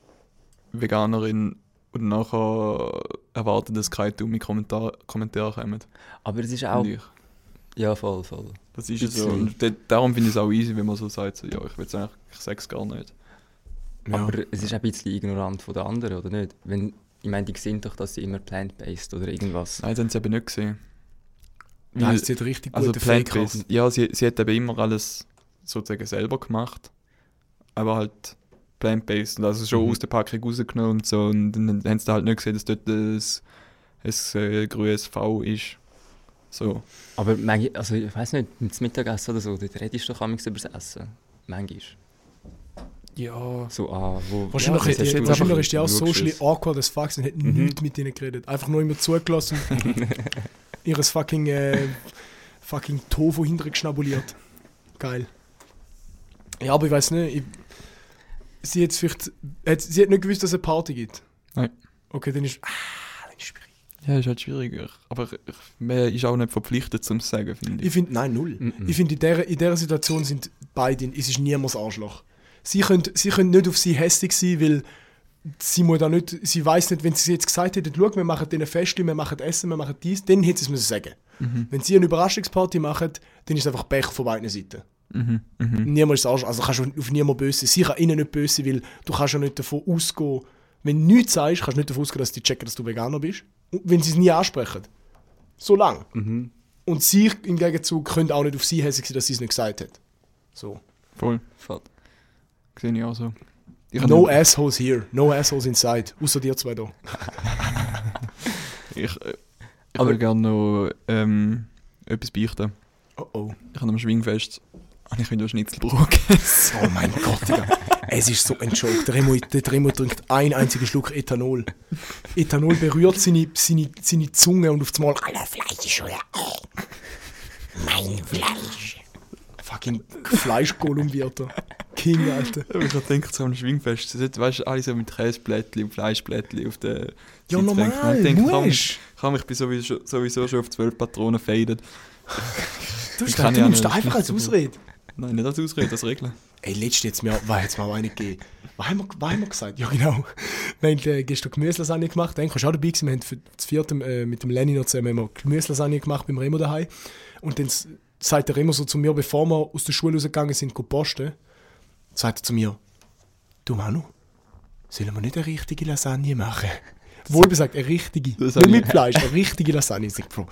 C: Veganerin und nachher erwarten, dass keine dummen Kommentar Kommentare kommen.
D: Aber es ist auch.
C: finde ich.
D: Ja, voll, voll.
C: Das ist ja so. Und de- darum finde ich es auch easy, wenn man so sagt, so, ja, ich will es eigentlich, ich sage es gar nicht.
D: Aber es ist ein bisschen ignorant von den anderen, oder nicht? Wenn, ich meine, die sehen doch, dass sie immer plant-based oder irgendwas.
C: Nein, das haben sie eben nicht gesehen.
A: Nein, sie hat richtig
C: Also
A: gute Fake
C: plant-based. Ja, sie, sie hat eben immer alles sozusagen selber gemacht. Aber halt plant-based. Und Also schon aus der Packung rausgenommen und so. Und dann haben sie halt nicht gesehen, dass dort ein, ein äh, grünes V ist. So.
D: Aber manchmal, also ich weiß nicht, mit dem Mittagessen oder so, dort redest du doch manchmal über das Essen. Manchmal.
A: Ja.
D: So, ah, wo...
A: Wahrscheinlich,
D: Ja,
A: ist,
D: das hast
A: die,
D: du Mhm.
A: wahrscheinlich
D: schon-
A: ist die auch
D: du
A: socially
D: schaust
A: awkward as fuck, sie hat nichts mit ihnen geredet. Einfach nur immer zugelassen und ihres fucking, äh, fucking Tofu hinterher geschnabuliert. Geil. Ja, aber ich weiß nicht, ich, sie, hat vielleicht, hat, sie hat nicht gewusst, dass es eine Party gibt.
C: Nein.
A: Okay, dann ist. Ah,
C: Ja, ist halt schwieriger. Aber ich, man ist auch nicht verpflichtet, zum sagen, finde
A: Ich
C: ich.
A: finde, nein, null. Ich finde, in dieser in dieser Situation sind beide, es ist niemands Arschloch. Sie können, sie können nicht auf sie hässlich sein, weil sie muss da nicht, sie weiß nicht, wenn sie jetzt gesagt hätte, schau, wir machen denen Feste, wir machen Essen, wir machen dies, dann hätte sie es müssen sagen. Wenn sie eine Überraschungsparty machen, dann ist es einfach Pech von beiden Seiten. Niemand ist Arsch, also kannst du auf niemanden böse sein. Sie kann ihnen nicht böse sein, weil du kannst ja nicht davon ausgehen, wenn du nichts sagst, kannst du nicht davon ausgehen, dass die checken, dass du Veganer bist. Und wenn sie es nie ansprechen. So lang. Und sie im Gegenzug können auch nicht auf sie hässlich sein, dass sie es nicht gesagt hat. So.
C: Voll.
D: Voll.
C: Sehe ich auch so. Ich
A: No
C: hab-
A: assholes here, no assholes inside. Außer dir zwei da.
C: Ich, äh, ich
D: Aber-
C: würde gerne noch ähm, etwas beichten.
A: Oh oh.
C: Ich habe am Schwingfest habe ich wieder Schnitzelbrot gegessen.
A: Oh mein Gott, Digga. Es ist so ein Joke. Der Remo, der Remo trinkt einen einzigen Schluck Ethanol. Ethanol berührt seine, seine, seine Zunge und auf einmal
F: Mein Fleisch ist euer. Mein Fleisch.
A: fucking Fleischkolum wird er. King, Alter.
C: Aber Ich habe gedacht, so am Schwingfest, das ist, weißt du, alle so mit Käseblättchen und Fleischblättchen auf der
A: Ja,
C: Seite
A: normal,
C: denken. Und ich denke, komm,
A: musst.
C: komm, ich bin sowieso, sowieso schon auf zwölf Patronen faded.
A: Du,
C: Ich kann
A: du
C: ja
A: nimmst
C: nicht.
A: einfach als Ausrede.
C: Nein, nicht als Ausrede, als Regel.
A: Ey, letztens jetzt mir, war jetzt mal eine gegeben. Was haben, wir, was haben wir gesagt? Ja, genau. Wir haben äh, gestern Gemüselasagne gemacht. Dann kannst du auch dabei gewesen. Wir haben für das vierte äh, mit dem Lenny noch zusammen haben wir Gemüselasagne gemacht beim Remo daheim. Und dann s- sagt der Remo so zu mir, bevor wir aus der Schule rausgegangen sind, go posten, sagt er zu mir, du Manu, sollen wir nicht eine richtige Lasagne machen? Wohl gesagt, eine richtige.
C: Das
A: Nicht
C: hab
A: mit Fleisch, eine richtige Lasagne. Ich sag, Bro,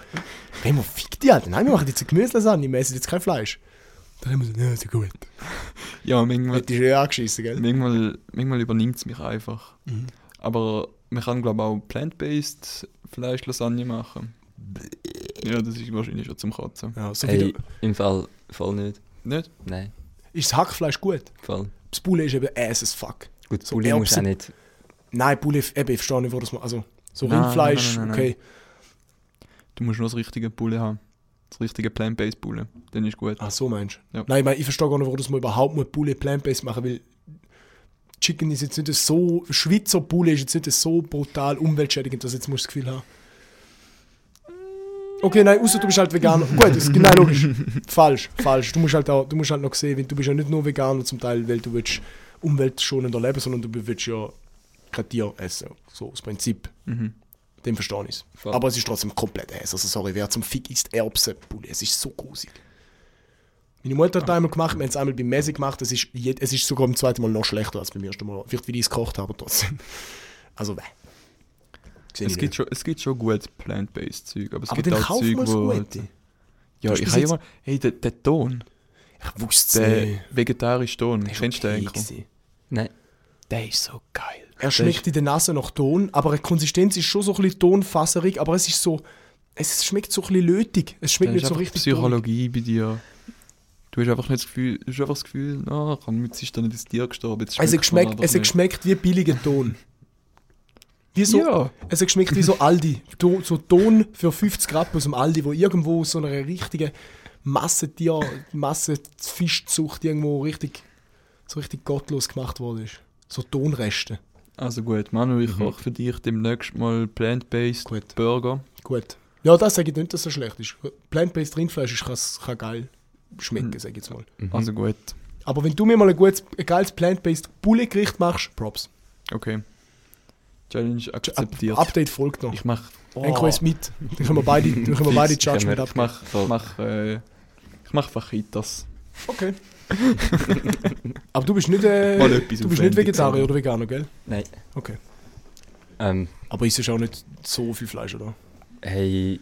A: Remo, fick dich, Alter. Nein, wir machen jetzt eine Gemüselasagne, wir essen jetzt kein Fleisch. Der Remo sagt, ja, ist ja gut.
C: Ja, manchmal,
A: Hättest du ja angeschissen, gell?
C: manchmal, manchmal übernimmt es mich einfach. Aber man kann, glaube ich, auch plant-based Fleischlasagne machen. Ja, das ist wahrscheinlich schon zum Kotzen.
A: Ja, so wie
D: Hey,
A: du,
D: im Fall voll nicht.
C: Nicht?
D: Nein,
A: ist das Hackfleisch gut?
D: voll.
A: Das Poulet ist eben ass as fuck.
D: Gut,
A: So
D: so Uli musst du auch
A: Erbsen-
D: nicht...
A: Nein, Poulet, eben, ich verstehe nicht, wo das man. Also, so
C: Nein,
A: Rindfleisch,
C: nein, nein, nein,
A: okay.
C: Du musst nur das richtige Bulle haben. Das richtige plant-based Bulle. Dann ist gut.
A: Ah, so meinst du?
C: Ja.
A: Nein, ich, meine, ich verstehe gar nicht, wo das man überhaupt mal Poulet plant-based machen weil Chicken ist jetzt nicht so. Schweizer Poulet ist jetzt nicht so brutal umweltschädigend, dass jetzt musst du das Gefühl haben. Okay, nein, außer du bist halt Veganer. Gut, das, nein, logisch. Falsch, falsch. Du musst halt auch, du musst halt noch sehen, weil du bist ja nicht nur Veganer zum Teil, weil du willst umweltschonender leben, sondern du willst ja kein Tier essen. So, das Prinzip. Dem verstehe ich es.
D: Voll.
A: Aber es ist trotzdem komplett Eis. Also sorry, wer zum Fick isst Erbsenpulli? Es ist so grusig. Meine Mutter hat das einmal gemacht, wir haben es einmal bei Messi gemacht. Es ist, jed- es ist sogar beim zweiten Mal noch schlechter als beim ersten Mal. Vielleicht, weil ich es gekocht habe, aber trotzdem. Also, weh. Sehe ich
C: Es gibt,
A: nicht.
C: schon, es gibt schon gutes plant-based Zeug, aber es
A: aber
C: gibt
A: dann
C: auch
A: kauf
C: Zeug,
A: mal
C: wo... halt-
A: so gute.
C: Ja,
A: hast
C: ich
A: bis
C: habe
A: jetzt-
C: ja mal... Hey, der, der Ton,
A: Ich wusste es
C: der
A: nicht.
C: vegetarische Ton, kennst du den? Enkel?
A: gewesen.
D: Nein.
C: Der ist so geil.
A: Er schmeckt in der Nase nach Ton, aber die Konsistenz ist schon so ein bisschen tonfasserig, aber es ist so... Es schmeckt so ein bisschen lötig. Es
C: Da
A: schmeckt
C: ist
A: nicht so
C: einfach
A: richtig tonig.
C: Psychologie bei dir. Du hast einfach nicht das Gefühl, du hast einfach das Gefühl, na, jetzt ist da nicht das Tier gestorben,
A: Es
C: jetzt
A: hat
C: man
A: Also geschmeckt,
C: einfach
A: es hat
C: nicht.
A: geschmeckt wie billiger Ton. Wie so,
C: Ja.
A: Es hat geschmeckt wie so Aldi. To, so Ton für 50 Rappen aus dem Aldi, wo irgendwo aus so einer richtigen Massentier, Massenfischzucht irgendwo richtig, so richtig gottlos gemacht worden ist. So Tonreste.
C: Also gut, Manu, ich koche für dich demnächst mal
A: Mhm. Gut.
C: plant-based Burger.
A: Gut. Ja, das sage ich nicht,
C: Hm.
A: dass es schlecht ist. Plant-based Rindfleisch ist, kann, kann geil schmecken, sage ich jetzt mal.
C: Also gut,
A: Aber wenn du mir mal ein gutes, ein geiles Plant-Based Bullet-Gericht machst, Props.
C: Okay. Challenge akzeptiert.
A: Up Update folgt noch.
C: ich mach.
A: NQS mit. Dann können wir beide, dann können wir beide
C: Fix, können wir-
A: Judgment
C: Ich
A: abgeben.
C: mach. Ich mach. Äh, ich mach Fajitas.
A: Okay. Aber du bist nicht, äh,
C: Mal etwas
A: du bist nicht
C: aufwendiges,
A: Vegetarier
C: aber-
A: oder Veganer, gell?
D: Nein.
A: Okay.
D: Ähm,
A: Aber isst du auch nicht so viel Fleisch, oder?
D: hey,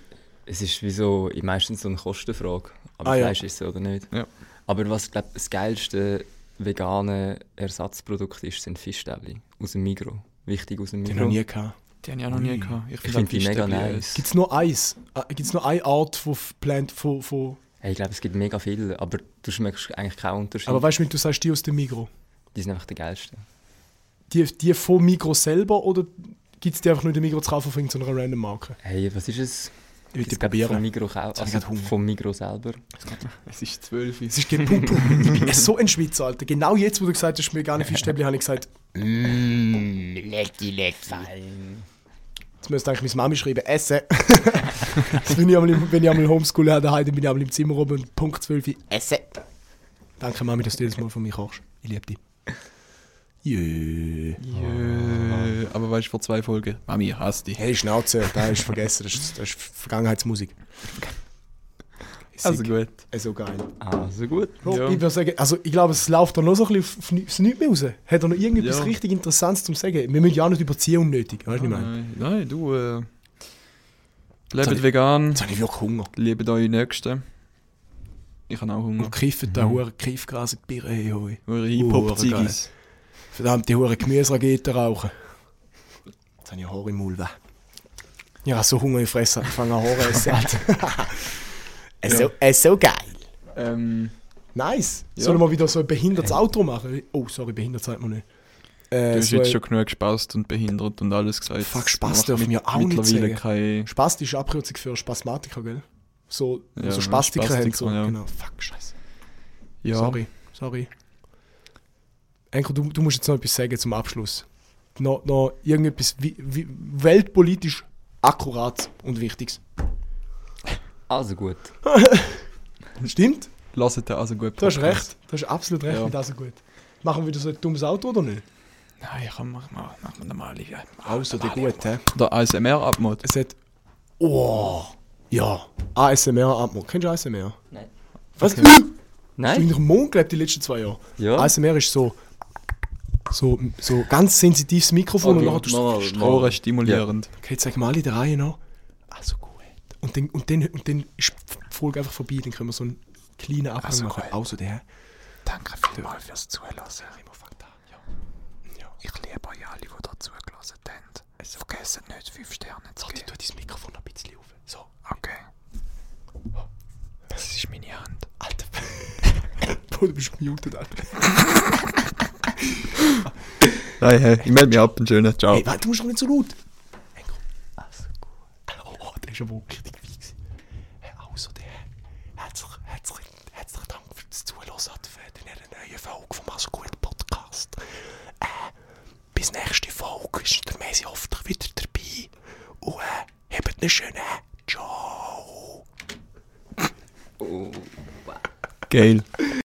D: es ist wie so, ich- meistens so eine Kostenfrage. Aber
A: Ah, ja.
D: Fleisch ist es oder nicht.
C: Ja.
D: Aber was, glaube das geilste vegane Ersatzprodukt ist, sind Fischstäbchen aus dem Migro. Wichtig aus dem
A: Den
D: Migro.
A: habe ich nie gehabt.
C: Die habe ich auch noch nie gehabt.
D: Ich finde die mega nice.
A: Gibt es nur eins? Äh, Gibt's nur eine Art von F- Plant, von, von
D: Hey, ich glaube, es gibt mega viele, aber du schmeckst eigentlich keinen Unterschied.
A: aber weißt du, wenn du sagst, die aus dem Migro,
D: die sind einfach die geilsten.
A: die, die von Migro selber oder gibt es die einfach nur in der Migro zu kaufen von irgendeiner random Marke?
D: Hey, was ist es?
A: Ich will die
D: Es gibt vom
A: probieren.
D: Migro, also
A: habe ich gerade Hunger.
D: vom Migro selber.
C: Es ist zwölf.
A: Es ist Pum, Pum. Ich bin so ein Schweizer, Alter. Genau jetzt, wo du gesagt hast, vegane Fischstäbchen, habe ich gesagt,
F: Lecky, lecky.
A: jetzt müsste eigentlich meine Mami schreiben, essen. Jetzt bin ich einmal, im- wenn ich einmal Homeschool habe, daheim, dann bin ich einmal im Zimmer oben und Punkt 12. Uhr.
F: Essen.
A: Danke, Mami, dass du jedes Mal von mir kochst. Ich liebe dich. Jö.
C: Jö, äh, aber weißt du, vor zwei Folgen. Mami, ich hasse dich.
A: Hey, Schnauze, da ist vergessen, das ist, das ist Vergangenheitsmusik.
C: Also gut.
A: Also geil.
D: Also gut.
A: Bro,
C: Ja.
A: Ich würde sagen, also ich glaube, es läuft da noch so ein bisschen auf, auf, ni- aufs Nichts mehr raus. Hat er noch irgendetwas
C: Ja.
A: richtig Interessantes zum Sagen? Wir müssen ja auch nicht überziehen unnötig, weißt du, ich meine?
C: Nein, nein, du. Äh,
A: hab
C: lebt
A: ich-
C: vegan,
A: Jetzt habe ich wirklich Hunger.
C: lebt eure Nächsten. Ich habe auch Hunger.
A: Und kiffen da hure Kiffgras in die Birne, hey, hoi.
C: Eure
A: geil.
C: Hip-Hop-Ziggis.
A: Verdammt, die hure Gemüserageten rauchen. Jetzt habe ich Haare im Mund. weh. Ich habe so Hunger, ich fresse, ich fange an Haare essen. Alter.
F: So, äh, so geil.
C: Ähm,
A: nice.
C: Ja.
A: Sollen wir wieder so ein behindertes Auto machen? Oh, sorry, behindert sagt man nicht. Äh,
C: du hast jetzt
A: ein-
C: schon genug gespaßt und behindert und alles gesagt.
A: Fuck,
C: Das
A: Spaß
C: macht
A: dürfen
C: mit-
A: wir auch nicht
C: Mittlerweile
A: sagen.
C: keine.
A: Spasti ist eine Abkürzung für Spasmatiker, gell? So,
C: Ja,
A: so Spastiker haben
C: Spastiker,
A: so.
C: ja.
A: Genau. Fuck, scheiße.
C: Ja,
A: Sorry, sorry. Enko, du, du musst jetzt noch etwas sagen zum Abschluss. Noch, noch irgendetwas wie, wie, weltpolitisch akkurat und Wichtiges.
D: Also gut.
A: Stimmt?
C: lasst den also gut.
A: Du hast
C: Podcast.
A: recht. Du hast absolut recht
C: Ja.
A: mit also gut. Machen wir wieder so ein dummes Auto oder nicht?
C: Nein, komm, mach mal. Mach mal normal. Ja.
A: Außer der gut, hä?
C: Der ASMR-Abmod.
A: Es hat. Oh! Ja. ASMR Atmo. Kennst du ASMR?
D: Nein.
A: Was? Ich bin
D: Nein?
A: im Mond gelebt die letzten zwei Jahre.
D: Ja.
A: ASMR ist so, so, so ganz sensitives Mikrofon und nachher tust du
C: Strohre stimulierend.
A: okay, jetzt sagen wir alle in der Reihe noch. Also gut. Und dann, und dann, und dann ist die Folge einfach vorbei, dann können wir so einen kleinen Abhang machen. Außer Also der.
G: Danke vielmals fürs Zuhören. Ich liebe euch alle, die dazu zugelassen haben. Vergessen nicht, 5 Sterne zu
A: Ich
G: geben.
A: tue dein Mikrofon noch ein bisschen auf. So,
G: Okay. Das ist meine Hand.
A: Alter. Boah, du bist muted, Alter.
C: Nein, hey, ich melde mich ab. Einen schönen. Ciao.
A: Hey, warte, du musst doch nicht so laut. Hey, komm. Also gut. Oh, oh, der ist ja wohl richtig fies. Hey, also der. Herzlich, herzlich, herzlich Dank für das Zuhören für den neuen Folge vom Also gut Podcast. Äh, bis nächste Folge ist der Messi hoffentlich wieder dabei. Und äh, habt einen schönen Ciao.
C: Geil.